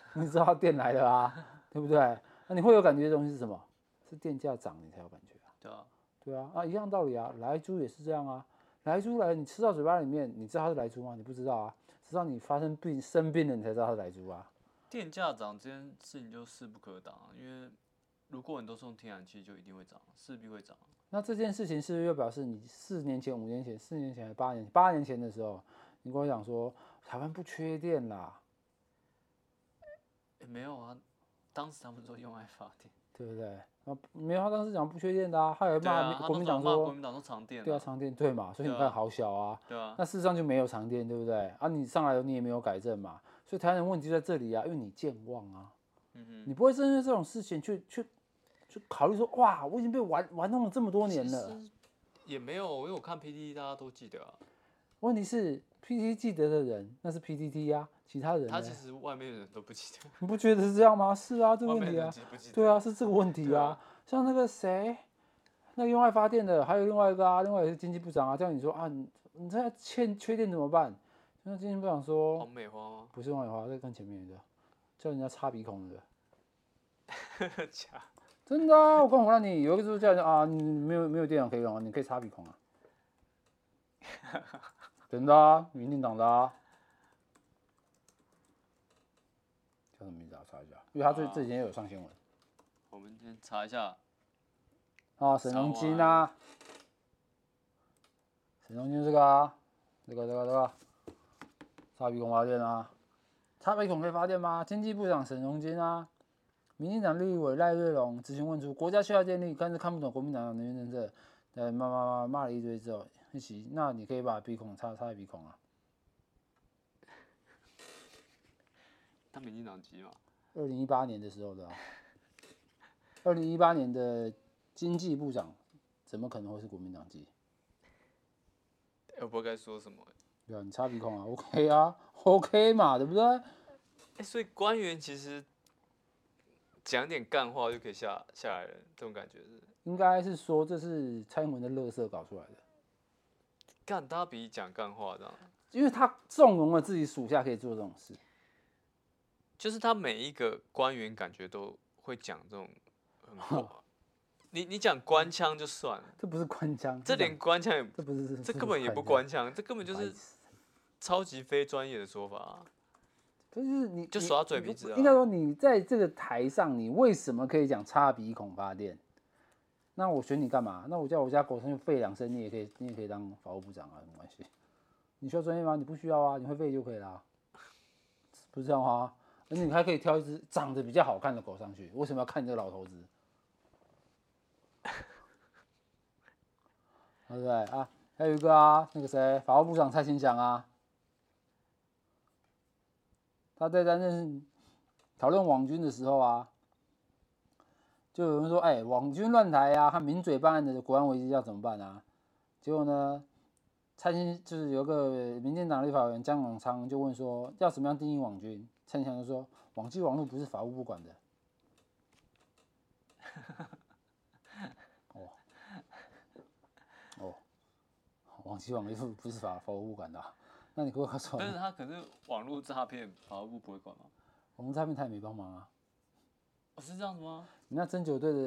S2: 你知道电来的啊，对不对？那你会有感觉的东西是什么？是电价涨你才有感觉啊。
S1: 对啊，
S2: 对啊，啊一样道理啊，来猪也是这样啊。来猪来，你吃到嘴巴里面，你知道它是来猪吗？你不知道啊，直到你发生病生病了，你才知道它是来猪啊。
S1: 电价涨这件事情就势不可挡啊，因为如果你都是用天然气，就一定会涨，势必会涨。啊
S2: 那这件事情是不是又表示你四年前、五年前、四年前、还是八年前八年前的时候，你跟我讲说台湾不缺电啦，
S1: 诶没有啊，当时他们说用爱发电，
S2: 对不对？啊，没有，他当时讲不缺电的啊，他有
S1: 对啊
S2: 骂，
S1: 他
S2: 国
S1: 那
S2: 民
S1: 时候
S2: 党
S1: 骂
S2: 说，
S1: 国民党说长电
S2: 对啊，
S1: 啊，
S2: 长电对嘛，所以你
S1: 对
S2: 看好小啊。
S1: 对啊，
S2: 那事实上就没有长电，对不对？啊，你上来后你也没有改正嘛，所以台湾人问题就在这里啊，因为你健忘啊，
S1: 嗯
S2: 你不会针对这种事情去去去考虑说，哇，我已经被玩玩弄了这么多
S1: 哼，
S2: 年
S1: 其
S2: 了。
S1: 实也没有，因为我看 P D 大家都记得啊，
S2: 问题是 PPT 记得的人，那是 PPT 啊，其他人
S1: 他
S2: 呢
S1: 其实外面的人都不记得，
S2: 你不觉得是这样吗？是啊，这个
S1: 外
S2: 问
S1: 面
S2: 题
S1: 的
S2: 啊
S1: 人，记不记得？
S2: 对啊，是这个问题
S1: 对啊
S2: 啊。像那个谁，那个用爱发电的，还有另外一个啊，另外一个是经济部长啊，叫你说啊，你你这欠缺电怎么办？那经济部长说，
S1: 黄美花吗？
S2: 不是王永华，在更前面一个，叫人家擦鼻孔的，
S1: 假
S2: 真的啊、我刚回答你，有一个就是叫人家啊，你没有没有电脑可以用啊，你可以擦鼻孔啊， 真的啊，民进党的啊，叫什么名字啊？查一下，因为他这这几天有上新闻
S1: 我们先查一下，
S2: 啊，沈荣金啊，沈荣金这个啊，这个这个这个，擦鼻孔发电啊，擦鼻孔可以发电吗？经济部长沈荣金啊，民进党立委赖瑞龙咨询问出国家需要电力，但是看不懂国民党的能源政策，呃，骂骂骂骂了一堆之后，一起，那你可以把鼻孔擦擦鼻孔啊。
S1: 他民进党籍嘛，
S2: 二零一八年的时候的、啊，二零一八年的经济部长怎么可能会是国民党籍？
S1: 哎我不知道该说什么欸。
S2: 对啊，你擦鼻孔啊，OK 啊，OK 嘛，对不对？
S1: 哎，所以官员其实讲点干话就可以下下来了，这种感觉是。
S2: 应该是说这是蔡英文的乐色搞出来的，
S1: 干，大家比讲干话啊这样，
S2: 因为他纵容了自己属下可以做这种事。
S1: 就是他每一个官员感觉都会讲这种很 话。你你讲官腔就算了，
S2: 这不是官腔，
S1: 这
S2: 两
S1: 连官腔也
S2: 这不是
S1: 这
S2: 不是
S1: 根本也不
S2: 官
S1: 官腔，这根本就
S2: 白
S1: 是
S2: 痴
S1: 超级非专业的说法、啊。
S2: 腔，就是你
S1: 就
S2: 你
S1: 耍嘴
S2: 你
S1: 皮
S2: 不
S1: 子啊
S2: 应该说你在这个台上，你为什么可以讲擦鼻孔发电？那我选你干嘛？那我叫我家狗上去吠两声，你也可以，你也可以当法务部长啊，没关系。你需要专业吗？你不需要啊，你会吠就可以啦，不是这样吗？而且你还可以挑一只长得比较好看的狗上去，为什么要看你这个老头子？ 对不对啊？还有一个啊，那个谁，法务部长蔡清祥啊，他在担任讨论网军的时候啊，就有人说，哎、网军乱台啊，他抿嘴办案的国安危机要怎么办啊？结果呢，蔡清就是有个民进党立法委员江永昌就问说，要怎么样定义网军？蔡清祥就说，网际网络不是法务部管的。哦，哦，网际网络不是法法务部管的啊、那你给我告诉我
S1: 但，是他可是网络诈骗，法务部不会管吗？
S2: 我们诈骗他也没帮忙啊。
S1: 哦，是这样子吗？
S2: 你那侦九队的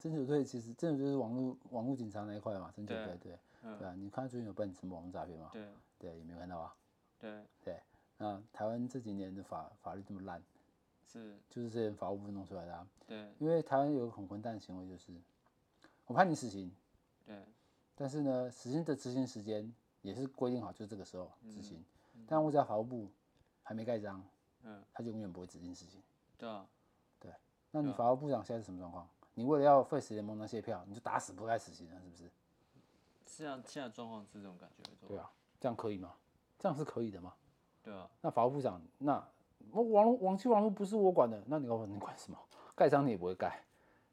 S2: 侦九队，其实侦九队是网络网络警察那一块嘛，侦九
S1: 对
S2: 队对、
S1: 嗯
S2: 对啊，你看他最近有办什么网络诈骗吗？
S1: 对
S2: 对，也没有看到啊。
S1: 对，
S2: 那台湾这几年的法法律这么烂，
S1: 是，
S2: 就是这些法务部弄出来的、啊。
S1: 对
S2: 因为台湾有个很混蛋的行为，就是我判你死刑，
S1: 对，
S2: 但是呢，死刑的执行时间也是规定好，就是这个时候执行。但我只要法务部还没盖章，
S1: 嗯，
S2: 他就永远不会执行死刑。
S1: 对啊，
S2: 那你
S1: 对啊
S2: 法务部长现在是什么状况？你为了要 Face 联盟那些票，你就打死不盖死刑了，是不是？
S1: 现在现在状况是这种感觉，没错
S2: 对啊，这样可以吗？这样是可以的吗？
S1: 对啊，
S2: 那法务部长，那我网络网际网络不是我管的，那你管你管什么？盖章你也不会盖，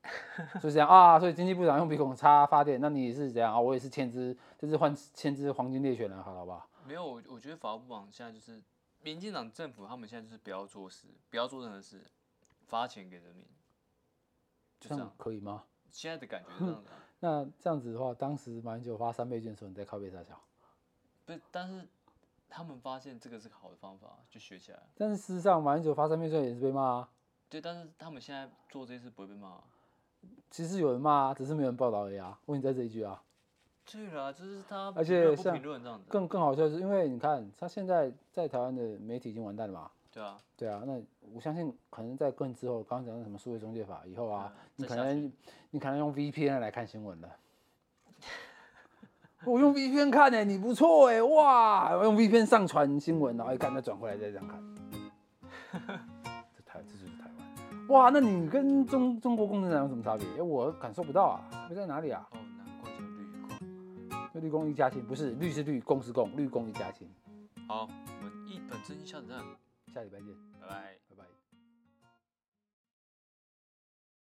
S2: 所以这样啊，所以经济部长用鼻孔插发电，那你也是怎样啊？我也是签只，就是换签只黄金猎犬啊了，好了好不好？
S1: 没有，我我觉得法务部长现在就是民进党政府，他们现在就是不要做事，不要做任何事，发钱给人民，就
S2: 这
S1: 这
S2: 样
S1: 样。
S2: 可以吗？
S1: 现在的感觉是这样子、 啊，
S2: 那这样子的话，当时马英九发三倍券的时候，你在靠背啥笑？
S1: 不是？但是他们发现这个是个好的方法，就学起来了。
S2: 但是事实上，马英九发三倍券也是被骂啊，
S1: 对，但是他们现在做这些事不会被骂啊、
S2: 其实有人骂啊，只是没有人报道而已啊。问题在这一句啊。
S1: 对啦，就是他评
S2: 而
S1: 论
S2: 且
S1: 不
S2: 像
S1: 评论这样子，
S2: 更更好笑的是，因为你看他现在在台湾的媒体已经完蛋了嘛，
S1: 对啊，
S2: 对啊，那我相信可能在更之后，刚刚讲的什么数位中介法以后啊，
S1: 嗯
S2: 你
S1: 再
S2: 可
S1: 下去
S2: 能你可能用 VPN 来看新 闻了。我用 VPN 看呢、你不错哎、哇！我用 VPN 上传新闻，然后一看再转回来再这样看。这台这就是台哇，那你跟中中国共产党有什么差别？哎，我感受不到啊，差别在哪里啊？
S1: 哦，难怪叫绿光。
S2: 那绿公一家亲，不是绿是绿，公是公，绿公一家亲。
S1: 好，我们一本正经下子站，
S2: 下礼拜见，
S1: 拜拜。
S2: 拜拜。